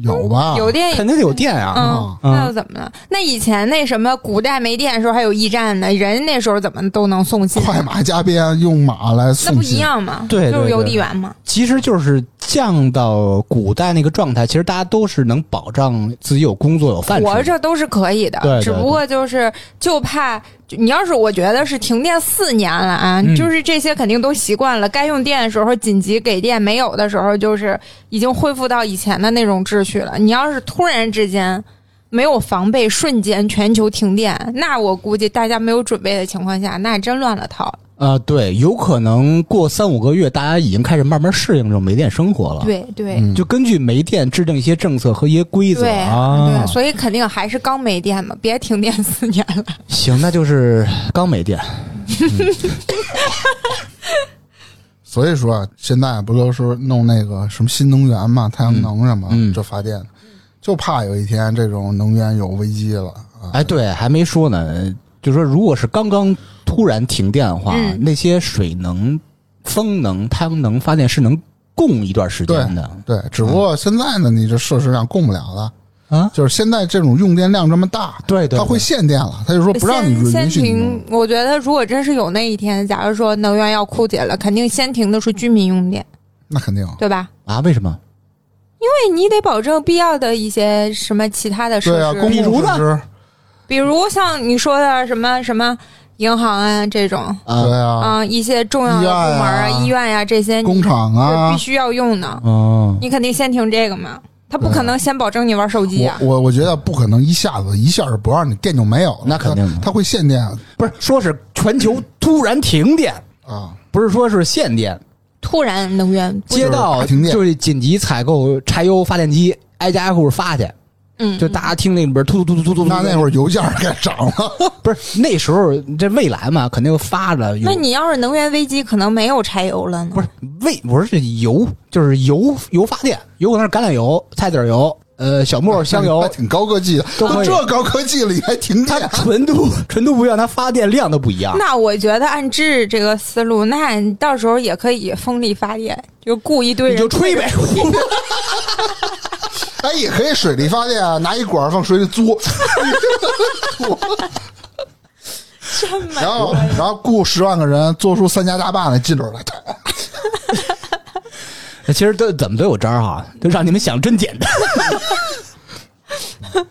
Speaker 1: 有吧？
Speaker 2: 有电
Speaker 3: 肯定得有电啊。
Speaker 2: 嗯，
Speaker 3: 嗯
Speaker 2: 那又怎么了？那以前那什么古代没电的时候还有驿站呢，人那时候怎么都能送信？啊
Speaker 1: 快马加鞭，用马来
Speaker 2: 那
Speaker 1: 送
Speaker 2: 不一
Speaker 1: 信，
Speaker 2: 样吗？
Speaker 3: 对对
Speaker 2: 就是邮
Speaker 3: 对
Speaker 2: 递员嘛。
Speaker 3: 其实就是降到古代那个状态，其实大家都是能保障自己有工作有饭吃。
Speaker 2: 活着都是可以的，
Speaker 3: 对对
Speaker 2: 只不过就是就怕就你要是我觉得是停电四年了啊，
Speaker 3: 嗯
Speaker 2: 就是这些肯定都习惯了，该用电的时候紧急给电，没有的时候就是已经恢复到以前的那种秩序了。你要是突然之间没有防备，瞬间全球停电，那我估计大家没有准备的情况下，那真乱了套了。
Speaker 3: 呃，对，有可能过三五个月，大家已经开始慢慢适应这种没电生活了。，
Speaker 2: 对对。
Speaker 1: 嗯
Speaker 3: 就根据没电制定一些政策和一些规则
Speaker 2: 对
Speaker 3: 啊
Speaker 2: 对，。所以肯定还是刚没电嘛，别停电四年了。
Speaker 3: 行，那就是刚没电，
Speaker 1: 所以说啊现在不都是弄那个什么新能源嘛，太阳能什么，
Speaker 3: 嗯嗯
Speaker 1: 这发电，就怕有一天这种能源有危机了啊。
Speaker 3: 哎，对，还没说呢，就说如果是刚刚突然停电的话，
Speaker 2: 嗯
Speaker 3: 那些水能、风能、太阳能发电是能供一段时间的
Speaker 1: 对，只不过现在呢，你这设施量供不了了，
Speaker 3: 啊。
Speaker 1: 就是现在这种用电量这么大，
Speaker 3: 对对，
Speaker 1: 它会
Speaker 3: 对
Speaker 1: 限电了，它就说不让你
Speaker 2: 先
Speaker 1: 允
Speaker 2: 先
Speaker 1: 许你用
Speaker 2: 停。，我觉得如果真是有那一天，假如说能源要枯竭了，肯定先停的是居民用电，
Speaker 1: 那肯定。
Speaker 2: 对吧？
Speaker 3: 啊？为什么？
Speaker 2: 对你得保证必要的一些什么其他的设
Speaker 1: 对啊，
Speaker 2: 施，
Speaker 1: 公
Speaker 3: 比如
Speaker 1: 共
Speaker 3: 呢
Speaker 1: 设施，
Speaker 2: 比如像你说的什么什么银行啊这种，
Speaker 1: 对
Speaker 3: 啊，
Speaker 1: 啊，
Speaker 2: 啊、一些重要
Speaker 1: 医
Speaker 2: 的部
Speaker 1: 院
Speaker 2: 门
Speaker 1: 啊
Speaker 2: 啊、医院呀、这些，
Speaker 1: 工厂
Speaker 2: 是
Speaker 1: 啊
Speaker 2: 必，须要用的，
Speaker 3: 哦，
Speaker 2: 你肯定先停这个嘛。他不可能先保证你玩手机啊
Speaker 1: 嗯我，我我觉得不可能一下子一下子不让你电就没有了，
Speaker 3: 那肯定的
Speaker 1: 它它会限电
Speaker 3: 不是说是全球突然停电，
Speaker 1: 啊。
Speaker 3: 不是说是限电，
Speaker 2: 突然能源不
Speaker 3: 街道
Speaker 1: 大停电
Speaker 3: 就是紧急采购柴油发电机，挨家挨户发去。
Speaker 2: 嗯，
Speaker 3: 就大家听那里边突突突突突突，
Speaker 1: 那那会儿油价该涨了，
Speaker 3: 不是那时候这未来嘛，肯定发着有
Speaker 2: 那你要是能源危机，可能没有柴油了呢。
Speaker 3: 不是为我说是油，就是油油发电，有可能是橄榄油、菜籽油、呃小
Speaker 1: 那
Speaker 3: 磨 香 油
Speaker 1: 还，挺高科技的，
Speaker 3: 都可以
Speaker 1: 这高科技了你还停
Speaker 3: 它
Speaker 1: 电？
Speaker 3: 纯度纯度不一样，它发电量都不一样。
Speaker 2: 那我觉得按智这个思路，那你到时候也可以风力发电，就雇一堆
Speaker 3: 你
Speaker 2: 人
Speaker 3: 就吹呗，
Speaker 1: 哎，也可以水力发电啊，拿一管儿放水里 嘬，
Speaker 2: 这么
Speaker 1: 然后然后雇十万个人做出三家大坝来进轮来，
Speaker 3: 其实都怎么都有招儿哈，就让你们想真简单。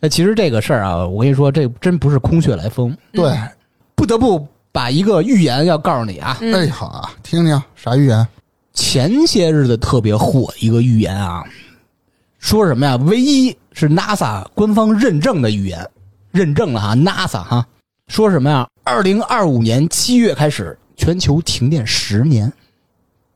Speaker 3: 那其实这个事儿啊，我跟你说，这真不是空穴来风，
Speaker 1: 对，
Speaker 3: 不得不把一个预言要告诉你啊。
Speaker 1: 哎好啊，听听啥预言？
Speaker 3: 前些日子特别火一个预言啊，说什么呀？唯一是 NASA 官方认证的预言，认证了哈，NASA 哈，说什么呀？二零二五年七月开始，全球停电十年，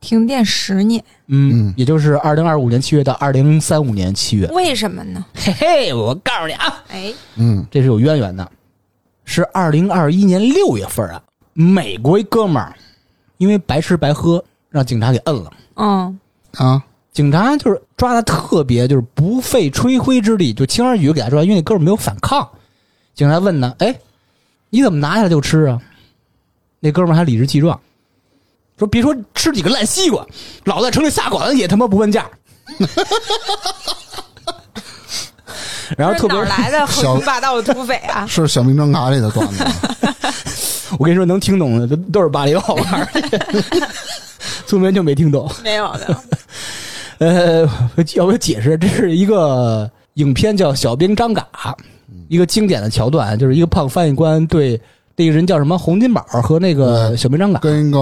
Speaker 2: 停电十年，
Speaker 3: 嗯，也就是二零二五年七月到二零三五年七月。
Speaker 2: 为什么呢？
Speaker 3: 嘿嘿，我告诉你啊，
Speaker 2: 哎，
Speaker 1: 嗯，
Speaker 3: 这是有渊源的，是二零二一年六月份啊，美国一哥们儿因为白吃白喝，让警察给摁了。
Speaker 2: 嗯，
Speaker 1: 啊，
Speaker 3: 警察就是抓他特别就是不费吹灰之力就轻而易举给他抓，因为那哥们儿没有反抗。警察问呢，哎，你怎么拿下来就吃啊？那哥们儿还理直气壮，说别说吃几个烂西瓜，老在城里下馆子也他妈不问价。 然后特
Speaker 2: 这哪
Speaker 3: 别
Speaker 2: 儿来的横行霸道的土匪 啊？
Speaker 1: 是小明灯卡里的段子吗，
Speaker 3: 我跟你说，能听懂的都都是八零后玩儿 的，苏明就没听懂。
Speaker 2: 没有的，
Speaker 3: 呃，要不要解释？这是一个影片叫《小兵张嘎》，一个经典的桥段，就是一个胖翻译官对那个人叫什么洪金宝和那个小兵张嘎，
Speaker 1: 跟一个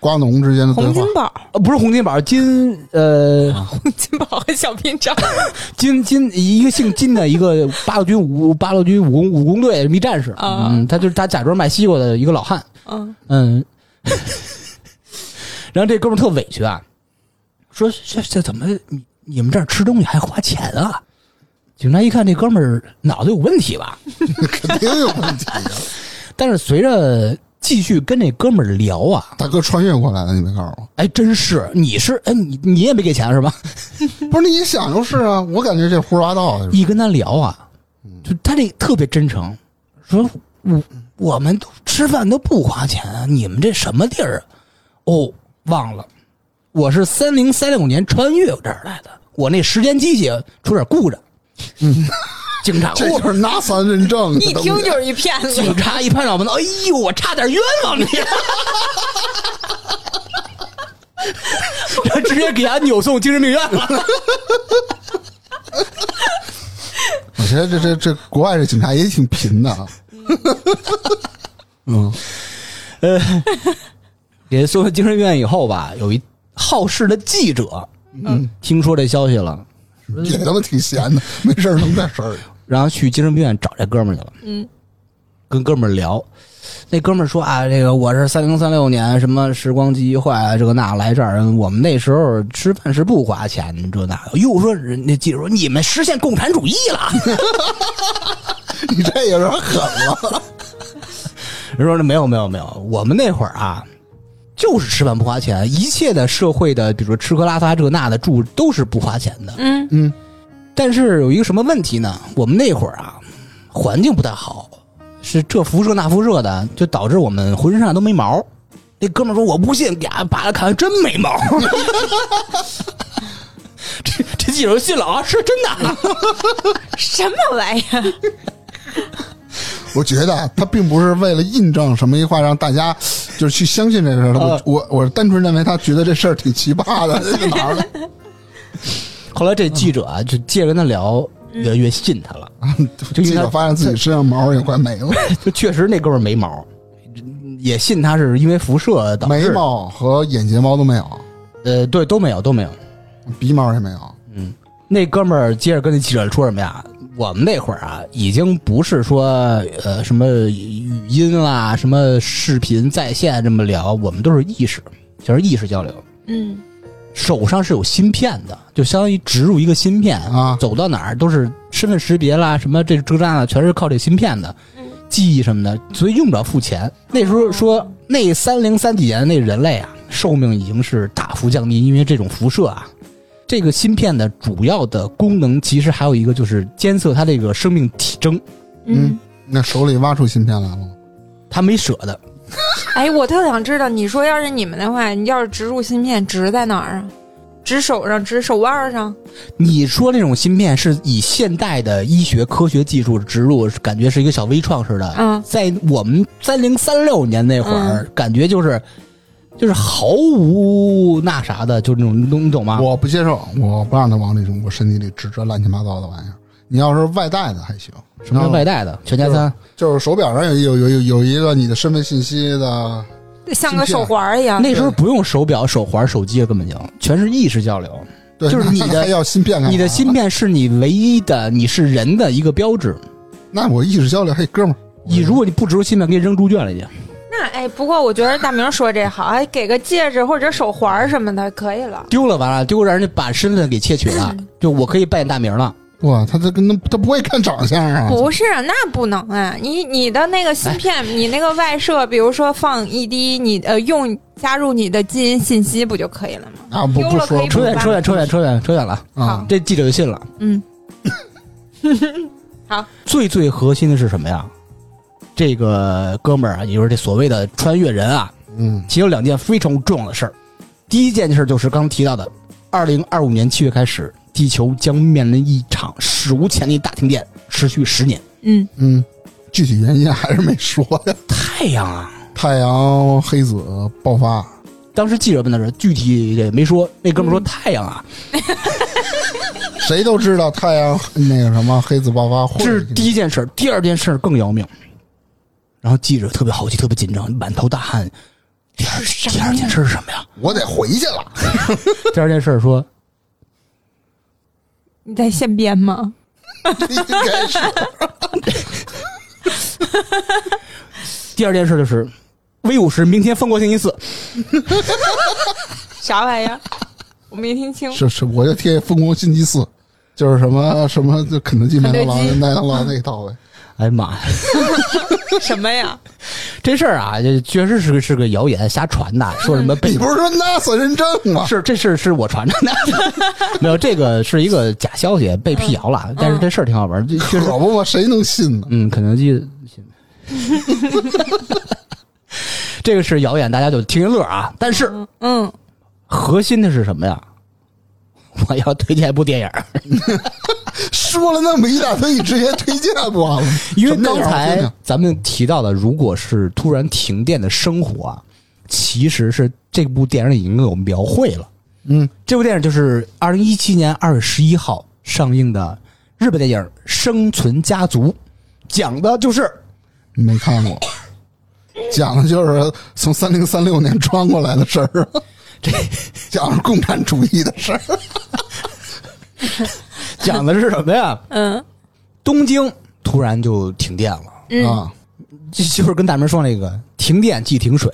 Speaker 1: 瓜农之间的对
Speaker 2: 洪
Speaker 1: 话
Speaker 2: 金，宝，
Speaker 3: 呃，不是洪金宝，金呃
Speaker 2: 洪金宝和小兵张，
Speaker 3: 金金一个姓金的一个八路军武八路军武工武工队一战士，
Speaker 2: 啊
Speaker 3: 嗯，他就是他假装卖西瓜的一个老汉，
Speaker 2: 嗯，
Speaker 3: 嗯， 然后这哥们儿特委屈啊，说这这怎么你你们这儿吃东西还花钱啊？警察一看这哥们儿脑子有问题吧，
Speaker 1: 肯定有问题。
Speaker 3: 但是随着继续跟那哥们儿聊啊。
Speaker 1: 大哥穿越过来了，你没告诉我？
Speaker 3: 哎，真是，你是哎，你你也没给钱是吧？
Speaker 1: 不是，你一想就是啊，我感觉这胡说八道的。
Speaker 3: 一跟他聊啊，就他这特别真诚，说我我们都吃饭都不花钱啊，你们这什么地儿啊？哦，忘了，我是三零三六年穿越这儿来的，我那时间机器出点故障，警察
Speaker 1: 嗯
Speaker 3: 哦
Speaker 1: 这就是拿三认证的东西，
Speaker 2: 一听就是一骗子。
Speaker 3: 警察一拍脑门子，哎呦，我差点冤枉你！ 他直接给俺扭送精神病院了。
Speaker 1: 我觉得这这这国外这警察也挺贫的啊。嗯，
Speaker 3: 给送到精神院以后吧，有一好事的记者，嗯，听说这消息了，
Speaker 1: 也他妈挺闲的，没事儿弄点事儿。
Speaker 3: 然后去精神病院找这哥们儿去了，
Speaker 2: 嗯，
Speaker 3: 跟哥们儿聊。那哥们儿说啊，这个我是三零三六年什么时光机坏啊，这个那来这儿，我们那时候吃饭是不花钱，这那。又说人家记者说你们实现共产主义了，
Speaker 1: 你这有点狠了。
Speaker 3: 人说没有没有没有，我们那会儿啊，就是吃饭不花钱，一切的社会的，比如说吃喝拉撒这那的住都是不花钱的。
Speaker 2: 嗯
Speaker 1: 嗯，
Speaker 3: 但是有一个什么问题呢？我们那会儿啊，环境不太好，是这辐射那辐射的，就导致我们浑身上下都没毛。那哥们儿说：“我不信，给俺扒拉看，真没毛。 这”这记者就信了啊，是真的啊。
Speaker 2: 什么玩意儿？
Speaker 1: 我觉得啊他并不是为了印证什么一话，让大家就是去相信这事儿。
Speaker 3: 呃
Speaker 1: 我我我单纯认为他觉得这事儿挺奇葩的，这哪儿的？
Speaker 3: 后来这记者啊，就接着跟他聊，越来越信他了。就
Speaker 1: 记
Speaker 3: 因为他
Speaker 1: 者发现自己身上毛也快没了，
Speaker 3: 就确实那哥们儿没毛，也信他是因为辐射导致
Speaker 1: 眉
Speaker 3: 的，
Speaker 1: 毛和眼睫毛都没有，
Speaker 3: 呃，对，都没有，都没有。
Speaker 1: 鼻毛也没有。
Speaker 3: 那哥们儿接着跟那记者说什么呀？我们那会儿啊，已经不是说呃什么语音啦、什么视频在线这么聊，我们都是意识，全是意识交流。
Speaker 2: 嗯
Speaker 3: 手上是有芯片的，就相当于植入一个芯片
Speaker 1: 啊
Speaker 3: 走到哪儿都是身份识别啦，什么这这那的，全是靠这芯片的，记忆什么的，所以用不着付钱。那时候说那三零三几年的那人类啊，寿命已经是大幅降低，因为这种辐射啊。这个芯片的主要的功能其实还有一个就是监测它这个生命体征，
Speaker 1: 嗯，那手里挖出芯片来了吗？
Speaker 3: 它没舍得。
Speaker 2: 哎，我特想知道，你说要是你们的话，你要是植入芯片，植在哪儿啊？植手上，植手腕上，
Speaker 3: 你说那种芯片是以现代的医学科学技术植入，感觉是一个小微创似的。
Speaker 2: 嗯
Speaker 3: 在我们三零三六年那会儿，感觉就是就是毫无那啥的，就是那种你懂吗？
Speaker 1: 我不接受，我不让他往里我身体里植这乱七八糟的玩意儿。你要是外带的还行，
Speaker 3: 什么叫外带的？全家餐
Speaker 1: 啊就是手表上有有有有有一个你的身份信息的，
Speaker 2: 像个手环儿一样。
Speaker 3: 那时候不用手表、手环、手机，根本就全是意识交流。
Speaker 1: 对，
Speaker 3: 就是
Speaker 1: 那
Speaker 3: 你的
Speaker 1: 还要芯片干嘛
Speaker 3: 你的芯，片是你唯一的，你是人的一个标志。
Speaker 1: 那我意识交流，嘿哥们儿，
Speaker 3: 你如果你不植入芯片，给你扔猪圈里去。
Speaker 2: 那哎，不过我觉得大明说这好，哎，给个戒指或者手环儿什么的，可以了。
Speaker 3: 丢了完了，丢让人家把身份给窃取了，
Speaker 2: 嗯
Speaker 3: 就我可以扮演大名了。
Speaker 1: 哇，他这跟他不会看长相啊，
Speaker 2: 不是，那哎不能啊！你你的那个芯片，你那个外设，比如说放一滴，你呃用加入你的基因信息不就可以了吗？
Speaker 1: 啊不
Speaker 2: 丢
Speaker 1: 不
Speaker 2: 了可
Speaker 1: 说
Speaker 2: 以
Speaker 3: 扯
Speaker 2: 不
Speaker 3: 远扯远扯远扯远扯远了，
Speaker 1: 啊，
Speaker 3: 这记者就信了。
Speaker 2: 嗯，
Speaker 3: 最最核心的是什么呀？这个哥们儿啊，也就是这所谓的穿越人啊，
Speaker 1: 嗯
Speaker 3: 其实有两件非常重要的事儿。第一件事就是刚提到的，二零二五年七月开始，地球将面临一场史无前例大停电，持续十年。
Speaker 2: 嗯，
Speaker 1: 嗯，具体原因还是没说呀。
Speaker 3: 太阳啊！
Speaker 1: 太阳黑子爆发，
Speaker 3: 当时记者问他说，具体也没说。那哥们儿说太阳啊，
Speaker 1: 谁都知道太阳那个什么黑子爆发会
Speaker 3: 这是第一件事儿。第二件事儿更要命。然后记者特别好奇，特别紧张，满头大汗。第二第二件事是什么呀？
Speaker 1: 我得回去了。
Speaker 3: 第二件事儿说，
Speaker 2: 你在现编吗？
Speaker 1: 应该是
Speaker 3: 第二件事就是 V 五十明天封国星期四，
Speaker 2: 啥玩意儿？我没听清。
Speaker 1: 是是，我就贴疯狂星期四，就是什么什么，就肯德基、麦当劳、
Speaker 2: 肯德基
Speaker 1: 哎麦当劳那一套呗。
Speaker 3: 哎呀妈呀，
Speaker 2: 什么呀？
Speaker 3: 这事儿啊，这确实是个是个谣言，瞎传的，说什么被
Speaker 1: 哎你不是说 NASA 认证吗？
Speaker 3: 是这事儿是 我传着的，没有这个是一个假消息，被辟谣
Speaker 1: 嗯
Speaker 3: 了。但是这事儿挺好玩儿，这确
Speaker 1: 可
Speaker 3: 实，
Speaker 1: 不嘛，谁能信呢？
Speaker 3: 嗯，肯德基 信。这个是谣言，大家就听一乐啊。但是
Speaker 2: 嗯，
Speaker 3: 核心的是什么呀？我要推荐一部电影儿，
Speaker 1: 说了那么一大堆，你直接推荐不完了？
Speaker 3: 因为
Speaker 1: 什么
Speaker 3: 刚
Speaker 1: 电影好
Speaker 3: 才
Speaker 1: 听啊
Speaker 3: 咱们提到的，如果是突然停电的生活啊，其实是这部电影已经给我们描绘了。
Speaker 1: 嗯，
Speaker 3: 这部电影就是二零一七年二月十一号上映的日本电影《生存家族》，讲 的就是
Speaker 1: 没看过，讲的就是从三零三六年穿过来的事儿，
Speaker 3: 这
Speaker 1: 讲的是共产主义的事儿。
Speaker 3: 讲的是什么呀？嗯，东京突然就停电了，
Speaker 1: 啊，
Speaker 3: 这就是跟大明说那个停电即停水，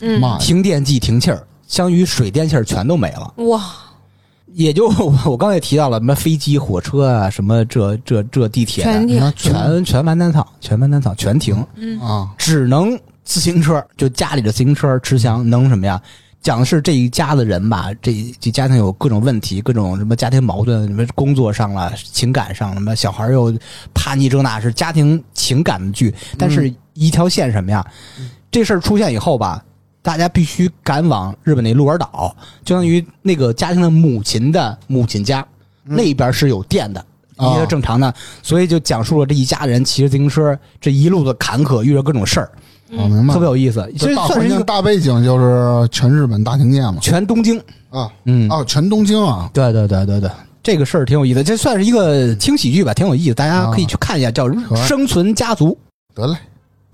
Speaker 2: 嗯
Speaker 1: 妈呀！
Speaker 3: 停电即停气儿，相当于水电气儿全都没了。
Speaker 2: 哇，
Speaker 3: 也就我刚才也提到了，什么飞机、火车啊，什么这这这地铁，啊
Speaker 2: 全
Speaker 1: 你
Speaker 2: 挺
Speaker 1: 看
Speaker 3: 全全完蛋操，全完蛋操，全停，
Speaker 1: 啊，
Speaker 3: 只能自行车，就家里的自行车吃香，能什么呀？讲的是这一家子人吧，这这家庭有各种问题，各种什么家庭矛盾，什么工作上了，情感上了，什么小孩又叛逆这那，是家庭情感的剧。但是一条线什么呀？这事儿出现以后吧，大家必须赶往日本那鹿儿岛，就相当于那个家庭的母亲的母亲家、那边是有电的，
Speaker 1: 啊
Speaker 3: 一个正常的，所以就讲述了这一家人骑着自行车这一路的坎坷，遇着各种事儿，
Speaker 1: 我
Speaker 2: 嗯
Speaker 1: 明白
Speaker 3: 特别
Speaker 1: 了。
Speaker 3: 有意思。其
Speaker 1: 这
Speaker 3: 实
Speaker 1: 大
Speaker 3: 算
Speaker 1: 环
Speaker 3: 是一
Speaker 1: 境、
Speaker 3: 个
Speaker 1: 大背景就是全日本大停电嘛。
Speaker 3: 全东京，
Speaker 1: 啊，
Speaker 3: 嗯，
Speaker 1: 哦，全东京啊，
Speaker 3: 对对对对对。这个事儿挺有意思，这算是一个轻喜剧吧，挺有意思，大家可以去看一下，叫
Speaker 1: 可
Speaker 3: 《
Speaker 1: 爱
Speaker 3: 生存家族》。
Speaker 1: 得嘞。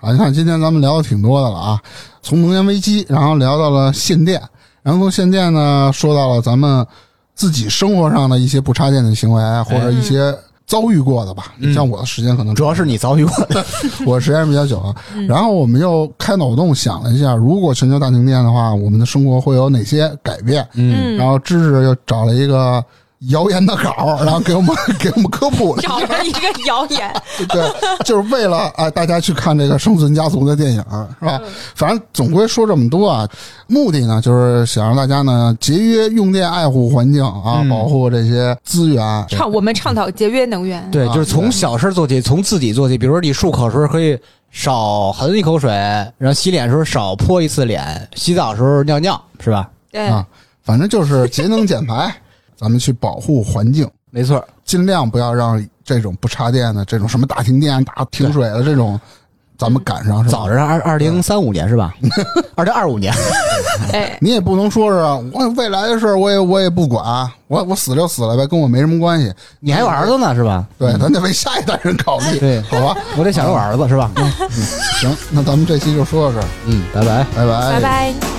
Speaker 1: 啊，你看今天咱们聊的挺多的了啊，从能源危机，然后聊到了限电，然后从限电呢说到了咱们自己生活上的一些不插电的行为，啊或者一些遭遇过的吧。你像我的时间可能
Speaker 3: 主要是你遭遇过 的，
Speaker 1: 我时间比较久啊。然后我们又开脑洞想了一下，如果全球大停电的话，我们的生活会有哪些改变？
Speaker 2: 嗯
Speaker 1: 然后知识又找了一个谣言的稿，然后给我们 给我们科普了一下
Speaker 2: 找了一个谣言，
Speaker 1: 对，就是为了哎大家去看这个《生存家族》的电影，是吧？反正总归说这么多啊，目的呢就是想让大家呢节约用电，爱护环境
Speaker 3: 嗯
Speaker 1: 啊，保护这些资源。
Speaker 2: 倡我们倡导节约能源，
Speaker 3: 对，
Speaker 1: 啊
Speaker 3: 就是从小事儿做起，从自己做起。比如说，你漱口的时候可以少含一口水，然后洗脸的时候少泼一次脸，洗澡的时候尿尿，是吧？
Speaker 2: 对
Speaker 1: 啊反正就是节能减排，咱们去保护环境。
Speaker 3: 没错儿，
Speaker 1: 尽量不要让这种不插电的、这种什么大停电、大停水的这种，咱们赶上是吧？
Speaker 3: 早着二二零三五年是 吧？二零二五年，
Speaker 2: 哎，
Speaker 1: 你也不能说是我未来的事儿，我也我也不管，我我死就死了呗，跟我没什么关系。
Speaker 3: 你还有儿子呢是吧？
Speaker 1: 对，咱得为下一代人考虑，
Speaker 3: 对
Speaker 1: 好吧？
Speaker 3: 我得想着我儿子是吧？
Speaker 1: 行，那咱们这期就说到这儿，
Speaker 3: 嗯，拜拜。
Speaker 1: 拜拜，
Speaker 2: 拜拜。